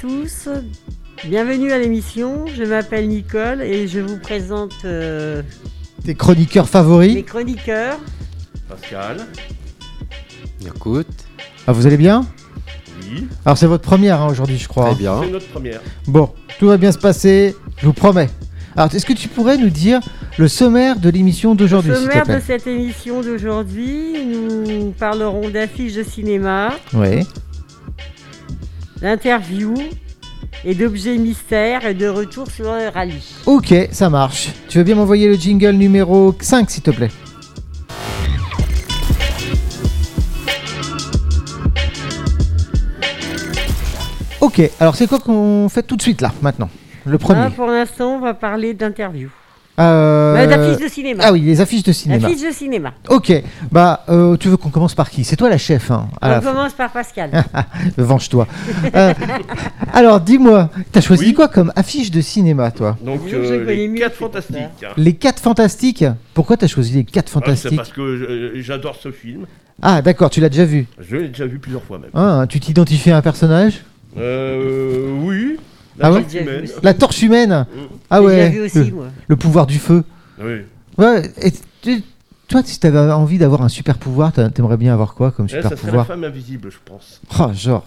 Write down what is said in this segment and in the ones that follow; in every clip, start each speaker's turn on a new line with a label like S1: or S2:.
S1: tous. Bienvenue à l'émission. Je m'appelle Nicole et je vous présente euh,
S2: Tes chroniqueurs favoris
S1: mes chroniqueurs.
S3: Pascal,
S4: Écoute,
S2: Ah, Vous allez bien
S3: oui,
S2: Alors c'est votre première hein, aujourd'hui je crois.
S4: très bien.
S3: c'est notre première.
S2: Bon, tout va bien se passer, je vous promets. Alors est-ce que tu pourrais nous dire le sommaire de l'émission d'aujourd'hui s'il te
S1: Sommaire de
S2: plaît
S1: cette émission d'aujourd'hui, nous parlerons d'affiches de cinéma,
S2: Oui.
S1: d'interviews et d'objets mystères et de retour sur le rallye.
S2: Ok, ça marche. Tu veux bien m'envoyer le jingle numéro 5 s'il te plaît Ok, alors c'est quoi qu'on fait tout de suite là, maintenant Le
S1: Ah,
S2: premier.
S1: pour l'instant, on va parler d'interviews.
S2: Euh,
S1: Euh, d'affiches de cinéma.
S2: Ah oui, les affiches de cinéma.
S1: Affiches de cinéma.
S2: Ok, bah euh, tu veux qu'on commence par qui C'est toi la chef, hein, à la Ah,
S1: on commence par Pascal.
S2: Venge-toi. Euh, alors, dis-moi, t'as choisi
S3: Oui.
S2: quoi comme affiche de cinéma, toi
S3: Donc,
S1: Oui, je
S3: euh,
S1: connais
S3: les
S1: mieux
S3: 4
S1: que
S3: fantastiques. hein.
S2: Les 4 fantastiques Pourquoi t'as choisi les 4
S3: Ah, c'est
S2: fantastiques
S3: parce que euh, j'adore ce film.
S2: Ah, d'accord, tu l'as déjà vu.
S3: Je l'ai déjà vu plusieurs fois même.
S2: Hein, tu t'identifies à un personnage
S3: Euh, oui.
S2: Ah
S3: tortue
S2: ouais
S1: J'ai déjà vu
S3: humaine. Mm.
S1: aussi.
S2: La torche humaine Ah
S1: J'ai
S2: ouais
S1: déjà vu aussi,
S2: le,
S1: moi.
S2: le pouvoir du feu.
S3: Oui. Eh,
S2: Ouais, et tu- toi, si t'avais envie d'avoir un super pouvoir, t'a- t'aimerais bien avoir quoi comme
S3: Eh,
S2: super
S3: ça serait la
S2: pouvoir
S3: femme invisible, je pense.
S2: Oh, genre.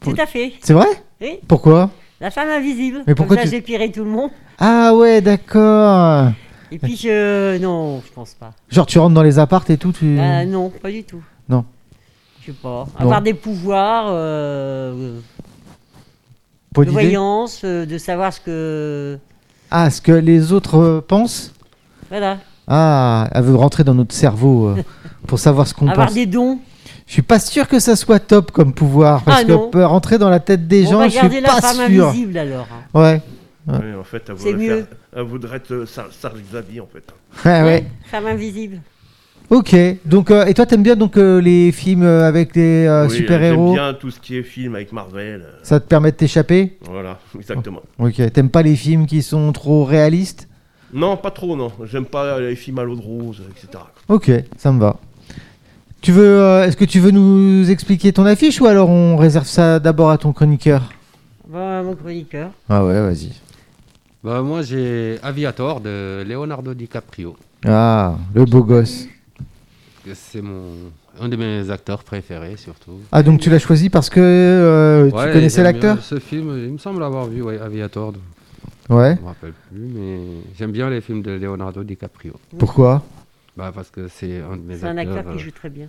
S1: Tout à fait.
S2: C'est vrai
S1: Oui.
S2: Pourquoi
S1: La femme invisible.
S2: Mais pourquoi
S1: Comme ça,
S2: tu-
S1: j'ai piré tout le monde.
S2: Ah ouais, d'accord
S1: Et puis, je... non, je pense pas.
S2: Genre, tu rentres dans les appartes et tout, tu.
S1: Ah, non, pas du tout.
S2: Hmm. Non.
S1: Je sais pas.
S2: Non.
S1: Avoir des pouvoirs euh, euh,
S2: Pas
S1: de
S2: d'idée
S1: voyance, euh, de savoir ce que.
S2: Ah, ce que les autres euh, pensent
S1: Voilà.
S2: Ah, elle veut rentrer dans notre cerveau euh, pour savoir ce qu'on
S1: Avoir
S2: pense.
S1: des dons.
S2: Je suis pas sûr que ça soit top comme pouvoir parce
S1: Ah
S2: que
S1: non.
S2: peut rentrer dans la tête des
S1: On
S2: gens,
S1: va
S2: je suis
S1: garder la
S2: pas
S1: femme
S2: sûr.
S1: invisible alors. hein.
S2: Ouais. Ouais.
S3: Oui, en fait, elle
S1: C'est
S3: voudrait,
S1: mieux.
S3: faire- elle voudrait être euh, Sar- Sarge Xavier, en fait.
S2: Ah Ouais, ouais.
S1: Femme invisible.
S2: Ok. Donc euh, et toi t'aimes bien donc euh, les films euh, avec des euh,
S3: Oui, euh,
S2: super héros
S3: J'aime bien tout ce qui est film avec Marvel. euh,
S2: Ça te permet de t'échapper
S3: Voilà, exactement.
S2: Ok. T'aimes pas les films qui sont trop réalistes
S3: Non, pas trop, non. J'aime pas les films à l'eau de rose, etc.
S2: Ok, ça me va. Tu veux euh, Est-ce que tu veux nous expliquer ton affiche ou alors on réserve ça d'abord à ton chroniqueur
S1: Bon, euh, mon chroniqueur.
S2: Ah ouais, vas-y.
S4: Bah, moi, j'ai Aviator de Leonardo DiCaprio.
S2: Ah, le beau gosse.
S4: C'est mon... un de mes acteurs préférés, surtout.
S2: Ah donc tu l'as choisi parce que euh,
S4: Ouais,
S2: tu connaissais
S4: j'aime bien
S2: l'acteur
S4: Ce film, il me semble avoir vu ouais, Aviator. donc
S2: Ouais.
S4: Je me rappelle plus, mais j'aime bien les films de Leonardo DiCaprio.
S2: Pourquoi
S4: Bah, parce que c'est un de mes
S1: C'est un
S4: acteurs
S1: acteur qui
S4: euh,
S1: joue très bien.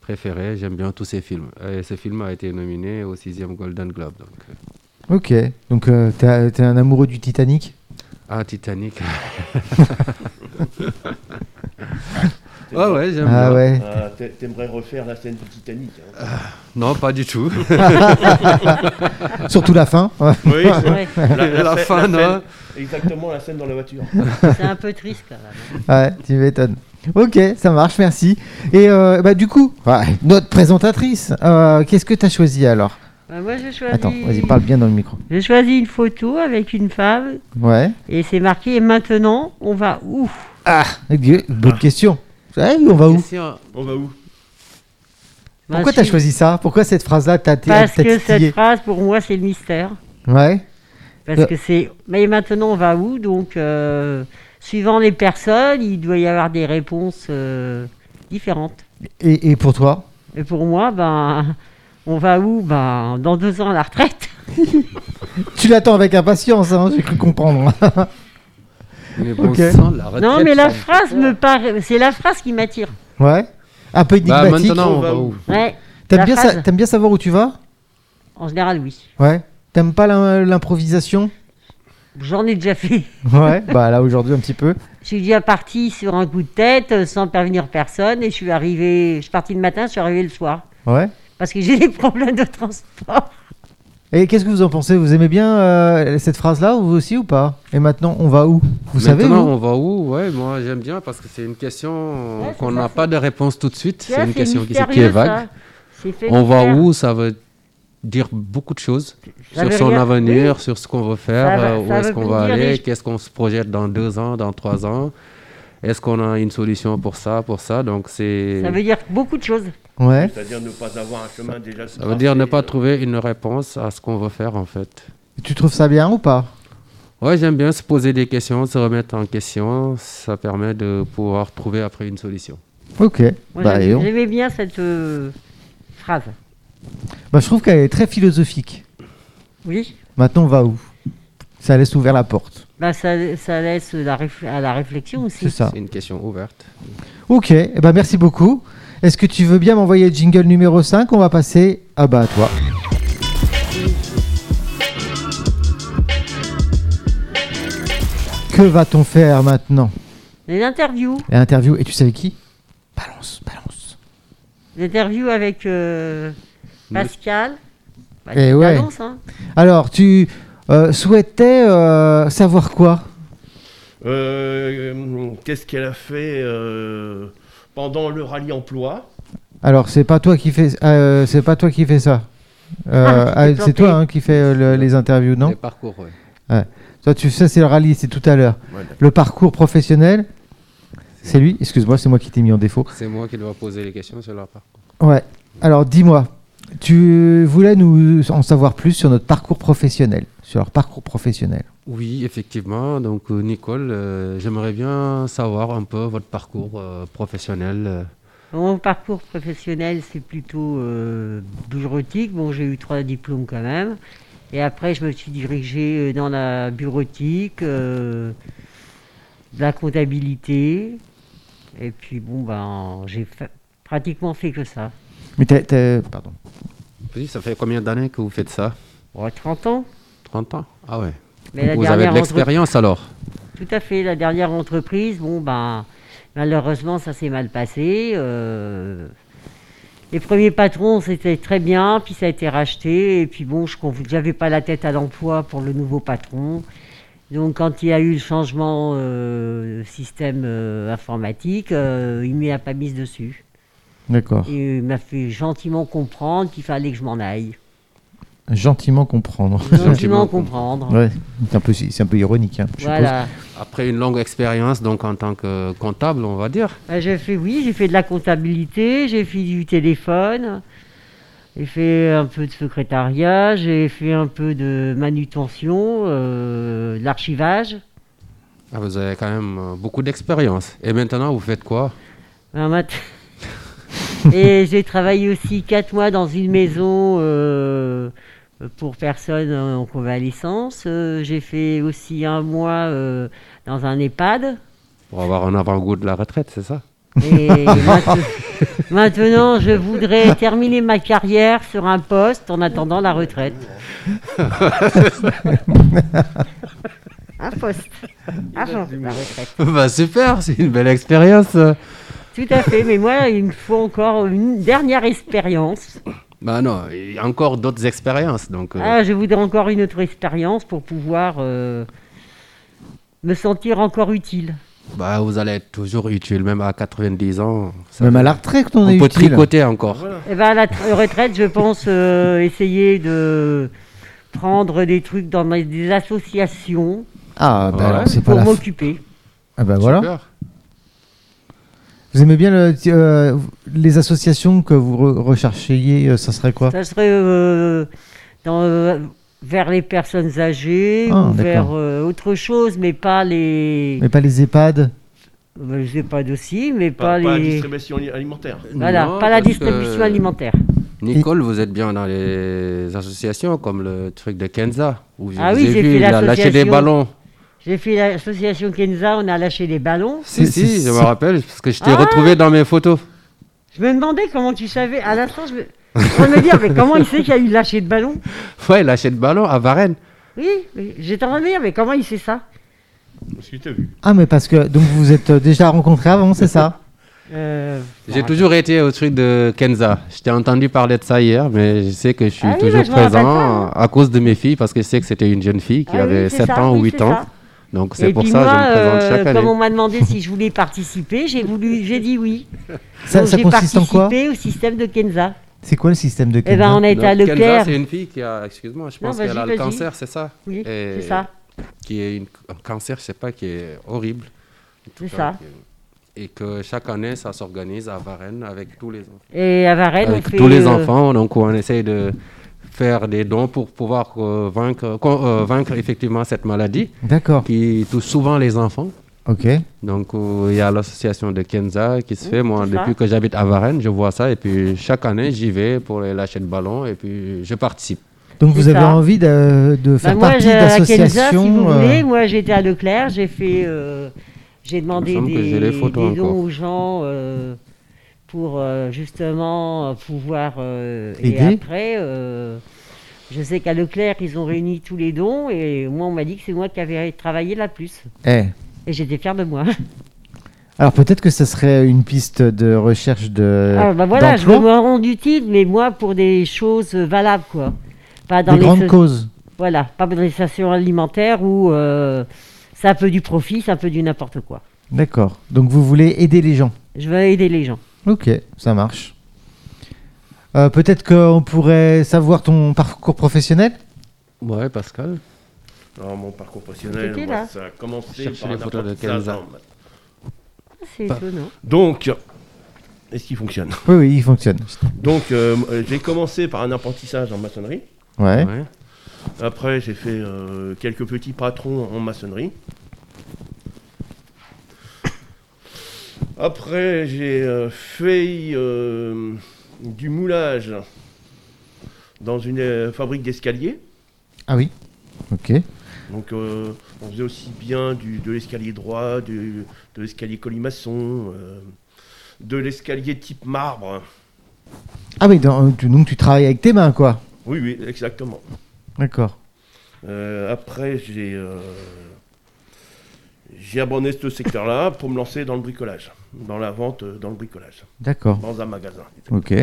S4: préférés. J'aime bien tous ses films. Et ce film a été nominé au 6e Golden Globe. Donc. euh.
S2: Ok. Donc euh, t'es un- t'es un amoureux du Titanic
S4: Ah, Titanic. Ah ouais, j'aime
S2: Ah
S4: bien.
S2: ouais.
S3: Ah, t'a- T'aimerais refaire la scène du Titanic. hein.
S4: Non, pas du tout.
S2: Surtout la fin. Ouais.
S3: Oui, c'est-
S1: Ouais,
S3: la,
S4: La
S3: scè-
S4: fin,
S3: scène-
S4: non.
S3: Exactement, la scène dans la voiture.
S1: c'est un peu triste quand même. hein.
S2: Ouais, tu m'étonnes. Ok, ça marche, merci. Et euh, bah du coup, ouais, notre présentatrice, euh, qu'est-ce que t'as choisi alors
S1: Bah, moi, je choisis.
S2: Attends, vas-y, parle bien dans le micro.
S1: J'ai choisi une photo avec une femme
S2: Ouais.
S1: et c'est marqué et maintenant on va où
S2: Ah, eh bien, bonne question. Ouais, on va où
S4: Question.
S3: On va où
S1: Ben,
S2: Pourquoi
S1: je-
S2: t'as choisi ça Pourquoi cette phrase-là t'a t'a
S1: Parce que
S2: titillé
S1: cette phrase pour moi c'est le mystère.
S2: Ouais.
S1: Parce
S2: Euh.
S1: que c'est mais maintenant on va où donc euh, suivant les personnes il doit y avoir des réponses euh, différentes.
S2: Et, et pour toi
S1: Et pour moi ben on va où ben dans deux ans à la retraite.
S2: Tu l'attends avec impatience, hein, j'ai cru comprendre.
S4: Mais bon
S2: Ok.
S4: sang, la retraite.
S1: non mais la
S4: ça-
S1: phrase me paraît c'est la phrase qui m'attire.
S2: ouais. Un peu
S4: Bah,
S2: énigmatique.
S4: maintenant, on
S3: On
S4: va
S3: va
S4: où
S1: Ouais.
S2: T'aimes
S1: La
S2: bien,
S1: phrase.
S2: sa- t'aimes bien savoir où tu vas
S1: En général oui.
S2: Ouais. T'aimes pas l'im- l'improvisation
S1: J'en ai déjà fait.
S2: Ouais. bah là aujourd'hui un petit peu.
S1: Je suis déjà parti sur un coup de tête euh, sans prévenir personne et je suis arrivé, je suis parti le matin, je suis arrivé le soir
S2: Ouais.
S1: parce que j'ai des problèmes de transport.
S2: Et qu'est-ce que vous en pensez Vous aimez bien euh, cette phrase-là, vous aussi ou pas Et maintenant, on va où Vous savez
S4: Maintenant,
S2: vous
S4: on va où Ouais, moi j'aime bien parce que c'est une question
S1: Ouais, c'est
S4: qu'on
S1: ça,
S4: n'a
S1: c'est-
S4: pas de réponse tout de suite.
S1: Tu vois,
S4: C'est une question qui, qui
S1: mystérieux,
S4: est vague.
S1: ça. C'est fait
S4: On va
S1: mystère.
S4: où Ça veut dire beaucoup de choses
S1: Ça
S4: sur
S1: veut
S4: son
S1: dire-
S4: avenir, sur ce qu'on veut faire,
S1: Ça va-
S4: euh, où
S1: ça
S4: est-ce
S1: veut
S4: qu'on va
S1: dire
S4: aller,
S1: des-
S4: qu'est-ce qu'on se projette dans deux ans, dans trois ans. Est-ce qu'on a une solution pour ça, pour ça Donc c'est
S1: Ça veut dire beaucoup de choses.
S2: Ouais.
S3: C'est-à-dire ne pas avoir un chemin déjà.
S4: ça veut dire ne pas trouver une réponse à ce qu'on veut faire en fait.
S2: Tu trouves ça bien ou pas
S4: Ouais, j'aime bien se poser des questions, se remettre en question. Ça permet de pouvoir trouver après une solution.
S2: Ok.
S1: Moi,
S2: bah, et
S1: j'aime-
S2: on-
S1: J'aimais bien cette euh, phrase.
S2: Bah, je trouve qu'elle est très philosophique.
S1: Oui,
S2: Maintenant, on va où Ça laisse ouvert la porte.
S1: bah, ça, ça laisse la réf- à la réflexion aussi.
S2: C'est ça.
S4: C'est une question ouverte.
S2: Ok. eh ben, merci beaucoup. Est-ce que tu veux bien m'envoyer le jingle numéro 5 On va passer ah bah, à toi. Que va-t-on faire maintenant
S1: Les interviews,
S2: L'interview. Et tu savais qui Balance, balance.
S1: l'interview avec euh, Pascal. Bah,
S2: Eh
S1: tu
S2: ouais.
S1: balances, hein.
S2: Alors, tu euh, souhaitais euh, savoir quoi
S3: Euh, Qu'est-ce qu'elle a fait euh, pendant le rallye emploi
S2: Alors c'est pas toi qui fais, euh, c'est pas toi qui fais ça. Euh,
S1: Ah, je t'ai
S2: ah, c'est
S1: planté.
S2: toi hein, qui fais euh, le- les interviews, non
S4: Les parcours, ouais.
S2: Toi tu sais c'est le rallye, c'est tout à l'heure.
S3: Voilà.
S2: Le parcours professionnel, c'est lui. Excuse-moi, c'est moi qui t'ai mis en défaut.
S4: C'est moi qui dois poser les questions sur leur parcours.
S2: Ouais. Alors dis-moi, tu voulais nous en savoir plus sur notre parcours professionnel, sur leur parcours professionnel.
S4: Oui, effectivement. Donc, euh, Nicole, euh, j'aimerais bien savoir un peu votre parcours euh, professionnel. euh.
S1: Mon parcours professionnel, c'est plutôt euh, bureautique. Bon, j'ai eu trois diplômes quand même. Et après, je me suis dirigé euh, dans la bureautique, euh, de la comptabilité. Et puis, bon, ben, j'ai fa- pratiquement fait que ça.
S2: Mais t'as- t'as- pardon.
S4: Oui, ça fait combien d'années que vous faites ça
S1: Bon, 30 ans.
S4: 30 ans Ah ouais.
S1: Mais la
S4: vous avez
S1: dernière
S4: de
S1: entreprise,
S4: l'expérience alors
S1: tout à fait, la dernière entreprise, bon, ben, malheureusement, ça s'est mal passé. euh, les premiers patrons, c'était très bien, puis ça a été racheté, et puis bon, je conv- j'avais pas la tête à l'emploi pour le nouveau patron. Donc, quand il y a eu le changement euh, système euh, informatique, euh, il ne m'a pas mise dessus.
S2: D'accord.
S1: Et il m'a fait gentiment comprendre qu'il fallait que je m'en aille.
S2: Gentiment comprendre.
S1: Gentiment comprendre.
S2: ouais. C'est un peu, c'est un peu ironique. hein, je suppose.
S1: Voilà.
S4: Après une longue expérience, donc en tant que comptable, on va dire.
S1: Ah, j'ai fait, oui, j'ai fait de la comptabilité, j'ai fait du téléphone, j'ai fait un peu de secrétariat, j'ai fait un peu de manutention, euh, de l'archivage.
S4: Ah, vous avez quand même euh, beaucoup d'expérience. Et maintenant, vous faites quoi
S1: Un mat- Et j'ai travaillé aussi 4 mois dans une maison euh, pour personnes en convalescence. Euh, j'ai fait aussi un mois euh, dans un EHPAD.
S4: Pour avoir un avant-goût de la retraite, c'est ça
S1: Et mainte- maintenant, je voudrais terminer ma carrière sur un poste en attendant la retraite. un poste avant la retraite.
S4: Bah super, c'est une belle expérience.
S1: Tout à fait, mais moi, il me faut encore une dernière expérience.
S4: Bah non, il y a encore d'autres expériences. Donc, euh,
S1: Ah, je voudrais encore une autre expérience pour pouvoir euh, me sentir encore utile.
S4: bah, vous allez être toujours utile, même à 90 ans. Ça-
S2: Même à la retraite, on,
S4: on
S2: est
S4: peut
S2: utile. Bah,
S4: tricoter encore.
S1: Eh ben, à la tra- retraite, je pense euh, essayer de prendre des trucs dans des- des associations
S2: Ah, bah
S4: Voilà.
S2: alors, c'est pas
S1: pour
S2: la. f-
S1: m'occuper.
S2: Ah, bah voilà.
S4: Super.
S2: Vous aimez bien le- euh, les associations que vous re- recherchiez, euh, ça serait quoi
S1: Ça serait euh, dans, euh, vers les personnes âgées
S2: Ah,
S1: ou vers
S2: d'accord.
S1: euh, autre chose, mais pas les.
S2: Mais pas les EHPAD
S1: Euh, Je sais pas d'aussi, mais
S3: Pas,
S1: pas,
S3: pas la
S1: les.
S3: distribution li- alimentaire.
S1: Voilà,
S4: Non,
S1: pas la
S4: parce que,
S1: distribution alimentaire.
S4: Nicole, vous êtes bien dans les associations comme le truc de Kenza. Où je
S1: Ah
S4: vous
S1: oui,
S4: ai
S1: j'ai
S4: vu,
S1: fait
S4: il a lâché des
S1: l'association.
S4: ballons.
S1: J'ai fait l'association Kenza, on a lâché les ballons.
S4: Si,
S2: C'est-
S4: si,
S2: c'est-
S4: je me rappelle, parce que je t'ai
S1: Ah
S4: retrouvé dans mes photos.
S1: Je me demandais comment tu savais. À l'instant, je me. je me dire, mais comment il sait qu'il y a eu lâché de ballons
S4: Ouais, lâcher de ballons à Varennes.
S1: Oui, mais j'étais en train de me dire, mais comment il sait ça
S3: Parce que t'as vu.
S2: Ah, mais parce que donc vous vous êtes euh, déjà rencontrés avant, c'est ça
S1: Euh,
S4: J'ai
S1: bon,
S4: toujours été au truc de Kenza. Je t'ai entendu parler de ça hier, mais je sais que je suis
S1: Ah oui,
S4: toujours
S1: bah, je me rappelle
S4: présent à cause de mes filles, parce que je sais que c'était une jeune fille qui
S1: Ah oui,
S4: avait
S1: c'est
S4: 7
S1: ça,
S4: ans
S1: oui,
S4: ou 8
S1: c'est
S4: ans.
S1: ça.
S4: Donc
S1: Et
S4: c'est pour
S1: puis
S4: ça que je
S1: moi,
S4: me présente
S1: euh,
S4: chaque
S1: comme
S4: année.
S1: on m'a demandé si je voulais participer, j'ai voulu, j'ai dit oui.
S2: Ça,
S1: Donc,
S2: ça
S1: j'ai
S2: consiste en quoi
S1: participé au système de Kenza.
S2: C'est quoi le système de
S1: Eh
S2: Kenza
S1: ben, on a été à
S4: Donc, Kenza,
S1: Leclerc.
S4: c'est une fille qui a, excuse-moi, je
S1: Non, bah,
S4: pense
S1: vas-y,
S4: qu'elle a le
S1: vas-y.
S4: cancer, c'est ça
S1: Oui,
S4: Et-
S1: c'est ça.
S4: Qui est une- un cancer, je sais pas, qui est horrible. En tout
S1: C'est
S4: cas,
S1: ça.
S4: qui est- et que chaque année, ça s'organise à Varennes avec tous les enfants.
S1: Et à Varennes, on
S4: avec
S1: fait,
S4: tous les
S1: euh,
S4: enfants. Donc, on essaye de faire des dons pour pouvoir euh, vaincre, con- euh, vaincre effectivement cette maladie
S2: D'accord.
S4: qui touche souvent les enfants.
S2: Ok.
S4: Donc, euh, il y a l'association de Kenza qui se fait. Moi,
S1: c'est ça.
S4: depuis que j'habite à Varennes, je vois ça. Et puis, chaque année, j'y vais pour les lâcher de ballon et puis je participe.
S2: Donc vous
S1: C'est
S2: avez
S1: ça.
S2: envie de, de
S1: Bah,
S2: faire
S1: moi,
S2: partie
S1: j'ai- à Kenza, si vous
S2: d'associations. euh,
S1: voulez, moi j'étais à Leclerc, j'ai fait, euh, j'ai demandé
S4: Il me semble que
S1: des,
S4: j'ai les photos
S1: des dons
S4: encore.
S1: aux gens euh, pour euh, justement euh, pouvoir euh, Et
S2: Aider.
S1: après, euh, je sais qu'à Leclerc ils ont réuni tous les dons et moi on m'a dit que c'est moi qui avais travaillé la plus
S2: eh.
S1: et j'étais fière de moi.
S2: Alors peut-être que ça serait une piste de recherche de.
S1: Ah, bah voilà, je
S2: d'emploi,
S1: me rends utile, mais moi pour des choses valables quoi, pas dans
S2: des
S1: les
S2: grandes
S1: so-
S2: causes.
S1: voilà, pas dans les stations alimentaires où euh, c'est un peu du profit, c'est un peu du n'importe quoi.
S2: D'accord. Donc vous voulez aider les gens.
S1: Je veux aider les gens.
S2: Ok, ça marche. Euh, peut-être qu'on pourrait savoir ton parcours professionnel.
S4: Ouais, Pascal.
S3: Alors, mon parcours professionnel,
S1: C'était
S3: moi,
S1: là.
S3: ça a commencé
S4: Cherchez
S3: par
S4: les
S3: un
S4: photos de
S3: apprentissage
S4: Kenza.
S3: en maths.
S1: C'est étonnant.
S3: Donc, est-ce qu'il fonctionne
S2: Oui, oui, il fonctionne.
S3: Donc, euh, euh, j'ai commencé par un apprentissage en maçonnerie.
S2: Ouais.
S4: Ouais.
S3: Après, j'ai fait euh, quelques petits patrons en maçonnerie. Après, j'ai euh, fait euh, du moulage dans une euh, fabrique d'escaliers.
S2: Ah oui. Ok.
S3: Donc, euh, on faisait aussi bien du, de l'escalier droit, du- de l'escalier colimaçon, euh, de l'escalier type marbre.
S2: Ah oui, dans- tu- donc tu travailles avec tes mains, quoi.
S3: Oui, oui, exactement.
S2: D'accord.
S3: Euh, après, j'ai euh, j'ai abandonné ce secteur-là pour me lancer dans le bricolage, dans la vente, euh, dans le bricolage,
S2: D'accord.
S3: dans un magasin.
S2: Ok.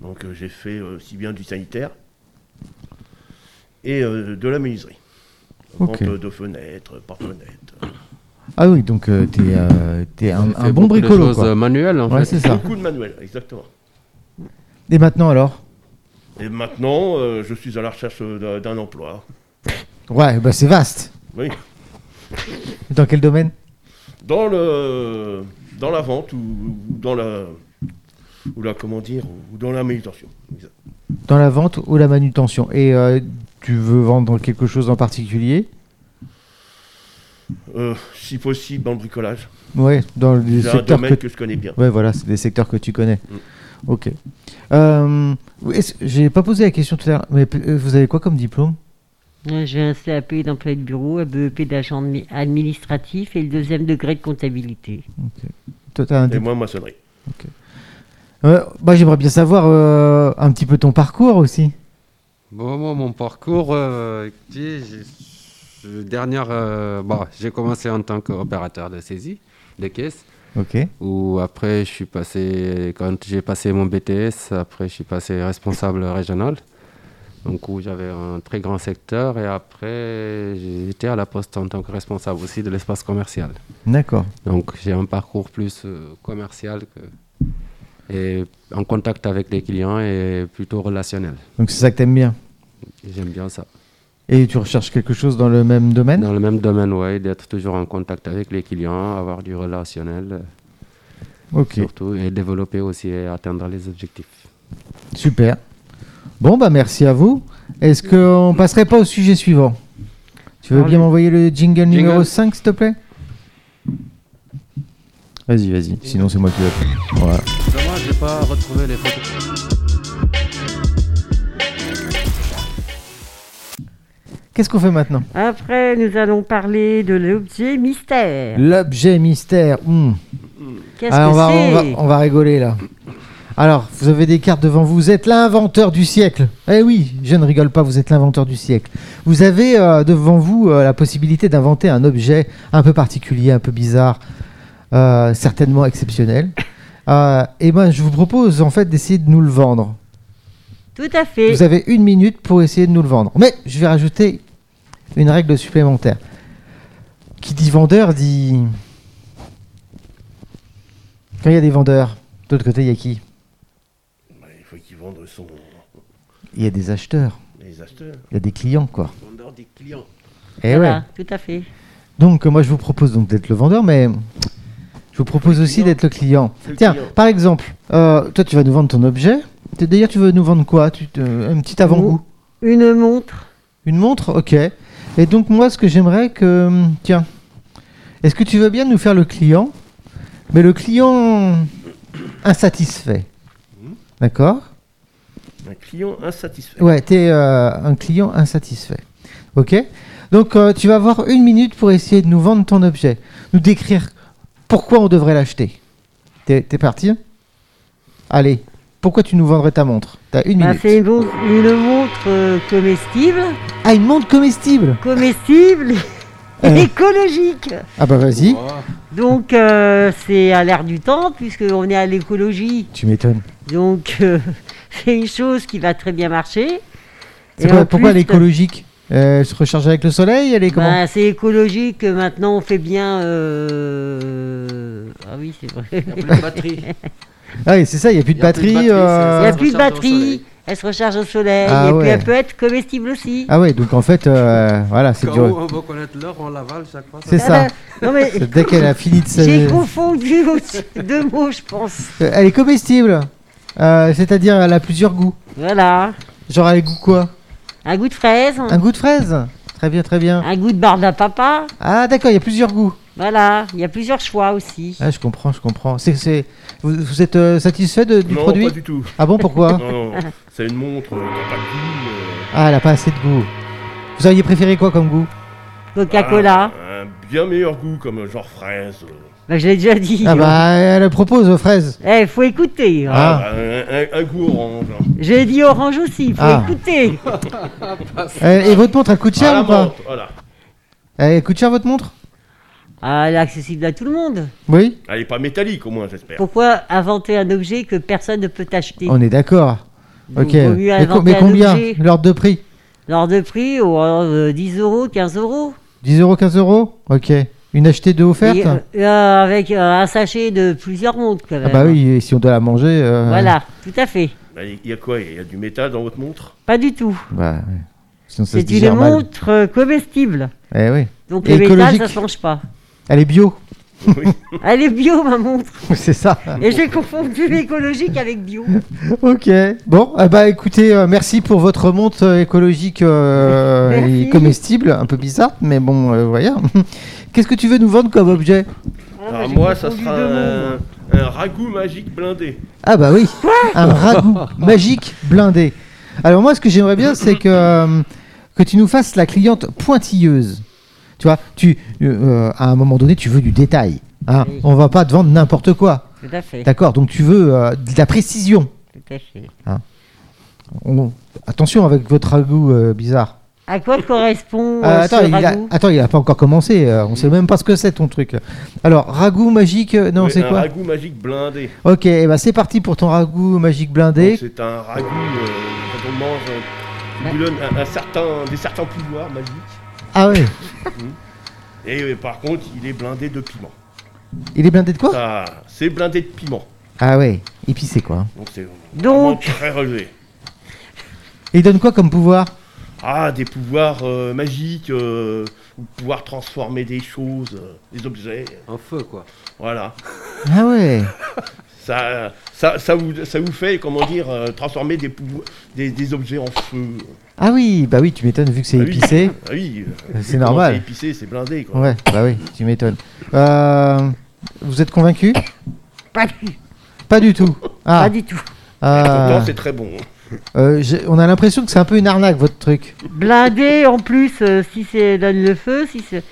S3: Donc euh, j'ai fait euh, aussi bien du sanitaire et euh, de la menuiserie. Vente
S2: Ok.
S3: euh, de fenêtres, porte-fenêtres.
S2: Ah oui, donc euh, t'es, euh, t'es un,
S4: Il
S2: un
S4: fait
S2: bon
S4: beaucoup de
S2: bricolo,
S4: choses,
S2: quoi.
S4: euh, manuelles, en
S2: Ouais,
S4: fait.
S2: c'est ça.
S3: Beaucoup de manuels, exactement.
S2: Et maintenant alors
S3: Et maintenant, euh, je suis à la recherche euh, d'un- d'un emploi.
S2: Ouais, bah c'est vaste.
S3: Oui.
S2: Dans quel domaine
S3: Dans le dans la vente ou, ou dans la ou la comment dire ou dans la méditation.
S2: Dans la vente ou la manutention Et euh, tu veux vendre quelque chose en particulier
S3: Euh, si possible dans le bricolage.
S2: Ouais, dans le
S3: C'est un
S2: secteur que...
S3: domaine que... Mm. je connais bien.
S2: Ouais, voilà, c'est des secteurs que tu connais. Ok. Euh, est-ce- J'ai pas posé la question tout à l'heure, mais p- euh, vous avez quoi comme diplôme
S1: Euh, J'ai un CAP d'employé de bureau, un BEP d'agent admi- administratif et le deuxième degré de comptabilité.
S2: Toi, t'as un
S3: Et
S2: dip-
S3: moi, maçonnerie.
S2: Ouais, bah, J'aimerais bien savoir euh, un petit peu ton parcours aussi.
S4: Bon, moi, mon parcours, euh, écoutez, j'ai- le dernier, euh, bah, j'ai commencé en tant qu'opérateur de saisie de caisse,
S2: Ok.
S4: où après, je suis passé, quand j'ai passé mon BTS, après, je suis passé responsable régional, donc où j'avais un très grand secteur, et après, j'étais à la poste en tant que responsable aussi de l'espace commercial.
S2: D'accord.
S4: Donc, j'ai un parcours plus euh, commercial que- et en contact avec les clients et plutôt relationnel.
S2: Donc c'est ça que t'aimes bien.
S4: Et J'aime bien ça.
S2: Et tu recherches quelque chose dans le même domaine
S4: Dans le même domaine, oui, d'être toujours en contact avec les clients, avoir du relationnel euh,
S2: Ok.
S4: surtout et développer aussi et atteindre les objectifs.
S2: Super. Bon, bah merci à vous. Est-ce qu'on passerait pas au sujet suivant Tu veux
S1: Allez.
S2: bien m'envoyer le jingle, numéro
S4: Jingle.
S2: 5, s'il te plaît Vas-y, vas-y. Sinon, c'est moi qui vais. Voilà.
S4: Dommage, j'ai pas retrouvé les photos.
S2: Qu'est-ce qu'on fait maintenant
S1: Après, nous allons parler de l'objet mystère.
S2: L'objet mystère. hmm.
S1: Qu'est-ce
S2: Ah, on, va, on, va,
S1: que c'est
S2: on va rigoler là. Alors, vous avez des cartes devant vous. Vous êtes l'inventeur du siècle. Eh oui, je ne rigole pas, vous êtes l'inventeur du siècle. Vous avez euh, devant vous euh, la possibilité d'inventer un objet un peu particulier, un peu bizarre, euh, certainement exceptionnel. Euh, et ben, je vous propose en fait d'essayer de nous le vendre.
S1: Tout à fait.
S2: Vous avez une minute pour essayer de nous le vendre. Mais je vais rajouter une règle supplémentaire. Qui dit vendeur dit. Quand il y a des vendeurs, de l'autre côté, il y a qui
S3: Bah, il faut qu'ils vendent son...
S2: Il y a des acheteurs,
S3: les acheteurs.
S2: il y a des clients, quoi.
S3: Vendeur des clients.
S2: Et
S1: Eh Voilà, ben, tout à fait.
S2: Donc, euh, moi, je vous propose donc d'être le vendeur, mais Je vous propose aussi
S3: client.
S2: d'être le client.
S3: C'est le
S2: Tiens,
S3: client.
S2: par exemple, euh, toi, tu vas nous vendre ton objet. T- D'ailleurs, tu veux nous vendre quoi Tu te- Un petit avant-goût
S1: Une montre.
S2: Une montre Ok. Et donc, moi, ce que j'aimerais que. hum, Tiens, est-ce que tu veux bien nous faire le client Mais le client insatisfait. D'accord
S3: Un client insatisfait.
S2: Ouais, tu es un client insatisfait. Ok Donc, euh, tu vas avoir une minute pour essayer de nous vendre ton objet, nous décrire pourquoi on devrait l'acheter. T'es t'es parti Allez, pourquoi tu nous vendrais ta montre T'as une
S1: Bah,
S2: minute.
S1: c'est une, montre- une montre euh, comestible.
S2: ah, une montre comestible
S1: Comestible
S2: Euh.
S1: et écologique.
S2: Ah bah vas-y.
S1: Donc, euh, c'est à l'air du temps, puisqu'on est à l'écologie.
S2: Tu m'étonnes.
S1: Donc, euh, c'est une chose qui va très bien marcher.
S2: C'est
S1: Et
S2: quoi-
S1: en
S2: pourquoi
S1: plus,
S2: elle est écologique Euh, Elle se recharge avec le soleil Elle est comment
S1: bah, C'est écologique, maintenant on fait bien... euh, Ah oui, c'est vrai.
S5: Il n'y a plus de batterie.
S2: Ah oui, c'est ça, il n'y a plus de
S5: y a plus de
S2: batterie.
S5: batterie,
S2: euh,
S1: Il n'y a
S5: se
S1: plus de
S5: recharge au soleil.
S1: batterie, elle se recharge au soleil,
S2: Ah
S1: et
S2: ouais.
S1: puis elle peut être comestible aussi.
S2: Ah ouais, donc en fait, euh, voilà, c'est
S5: Quand
S2: dur.
S5: on veut connaître l'heure, on l'avale chaque fois.
S2: C'est ça.
S1: ben, non mais,
S2: Dès qu'elle a fini de sa...
S1: j'ai confondu aussi deux mots, je pense.
S2: Euh, Elle est comestible, Euh, c'est-à-dire elle a plusieurs goûts.
S1: Voilà,
S2: Genre elle a goût quoi
S1: un goût de fraise,
S2: Un goût de fraise Très bien, très bien.
S1: un goût de barbe à papa,
S2: Ah d'accord, il y a plusieurs goûts.
S1: voilà, il y a plusieurs choix aussi.
S2: Ah, je comprends, je comprends. C'est, c'est... Vous, vous êtes euh, satisfait de- du
S3: non,
S2: produit
S3: pas du tout.
S2: Ah bon, pourquoi
S3: Non, non, c'est une montre, euh, t'as pas de goût, euh,
S2: Ah, elle a pas assez de goût. Vous auriez préféré quoi comme goût
S1: Coca-Cola,
S5: Ah.
S3: Un, un bien meilleur goût, comme euh, genre fraise. euh,
S1: ben, je l'ai déjà dit.
S2: Ah
S1: hein.
S2: bah, elle propose aux fraises.
S1: Eh, faut écouter. hein.
S2: Ah.
S3: Un, un- un goût orange. hein.
S1: J'ai dit orange aussi, faut
S2: Ah.
S1: écouter.
S2: Euh, et votre montre, elle coûte
S3: À
S2: cher
S3: Bah, la
S2: ou pas
S3: menthe, voilà.
S2: Elle coûte cher Eh, votre montre
S1: Ah, elle est accessible à tout le monde.
S2: Oui
S3: Elle est pas métallique, au moins,
S2: Oh.
S3: j'espère.
S1: Pourquoi inventer un objet que personne ne peut acheter
S2: On est d'accord.
S1: Donc,
S2: Ok.
S1: vaut mieux
S2: Mais, co-
S1: inventer
S2: mais
S1: un
S2: combien
S1: objet.
S2: L'ordre de prix
S1: L'ordre de prix, ou, euh, 10 euros, 15 euros.
S2: 10 euros, 15 euros Ok. Une achetée, deux offertes
S1: Et, euh, euh, avec euh, un sachet de plusieurs montres, quand même.
S2: Ah bah oui, et si on doit la manger... euh,
S1: Voilà, tout à fait.
S3: Bah, Il y a quoi Il y a du métal dans votre montre
S1: Pas du tout.
S2: Bah, ouais. Sinon, ça se
S1: C'est une
S2: digère mal.
S1: montre euh, comestible.
S2: Eh oui.
S1: Donc
S2: Et
S1: le métal,
S2: écologique.
S1: ça se mange pas.
S2: Elle est bio,
S3: Oui.
S1: Elle est bio, ma montre.
S2: c'est ça.
S1: Et j'ai confondu écologique avec bio.
S2: ok. Bon, eh bah écoutez, euh, merci pour votre montre euh, écologique euh,
S1: Merci.
S2: et comestible, un peu bizarre, mais bon, euh, voilà. Qu'est-ce que tu veux nous vendre comme objet
S1: Ah,
S3: Alors
S1: j'ai
S3: moi, ça
S1: confondu
S3: sera
S1: deux mots,
S3: un,
S1: moi.
S3: un ragoût magique blindé.
S2: Ah bah oui, un ragoût magique blindé. Alors moi, ce que j'aimerais bien, c'est que euh, que tu nous fasses la cliente pointilleuse. Tu vois, tu euh, euh, à un moment donné, tu veux du détail. Hein.
S1: Oui.
S2: On va pas te vendre n'importe quoi,
S1: Tout à fait.
S2: d'accord Donc tu veux euh, de la précision.
S1: Tout à fait.
S2: On- Attention avec votre ragoût euh, bizarre.
S1: À quoi correspond euh,
S2: Euh, attends,
S1: ce
S2: il a...
S1: ragoût
S2: attends, il a pas encore commencé. euh, on sait même pas ce que c'est ton truc. Alors, ragoût magique, euh, non,
S3: Oui,
S2: c'est
S3: un
S2: quoi
S3: ragoût magique blindé.
S2: Ok, eh ben, c'est parti pour ton ragoût magique blindé.
S3: Donc, C'est un ragoût euh, quand on mange euh,
S1: Ouais.
S3: on boulonne un, un certain, des certains pouvoirs magiques.
S2: ah ouais,
S3: Et euh, par contre, il est blindé de piment.
S2: il est blindé de quoi
S3: Ça, c'est blindé de piment.
S2: Ah ouais, épicé quoi.
S3: Donc c'est vraiment
S1: Donc-
S3: très relevé.
S2: Et il donne quoi comme pouvoir
S3: Ah, des pouvoirs euh, magiques, euh, ou pouvoir transformer des choses, euh, des objets. euh,
S5: En feu, quoi.
S3: Voilà.
S2: Ah ouais,
S3: Ça, ça, ça, vous, ça vous fait, comment dire, euh, transformer des, pou- des, des objets en feu.
S2: ah oui, bah oui, tu m'étonnes vu que c'est
S3: Ah oui.
S2: épicé.
S3: Ah oui.
S2: Euh,
S3: euh,
S2: c'est
S3: comment
S2: normal.
S3: C'est épicé, c'est blindé, quoi.
S2: Ouais, bah oui, tu m'étonnes. Euh, vous êtes convaincu
S1: pas, du,
S2: Pas du tout. Ah,
S1: pas du tout.
S2: ah,
S3: Pourtant, c'est très bon.
S2: euh, j'ai- on a l'impression que c'est un peu une arnaque votre truc.
S1: Blindé en plus, euh, si c'est donne le feu, si c'est-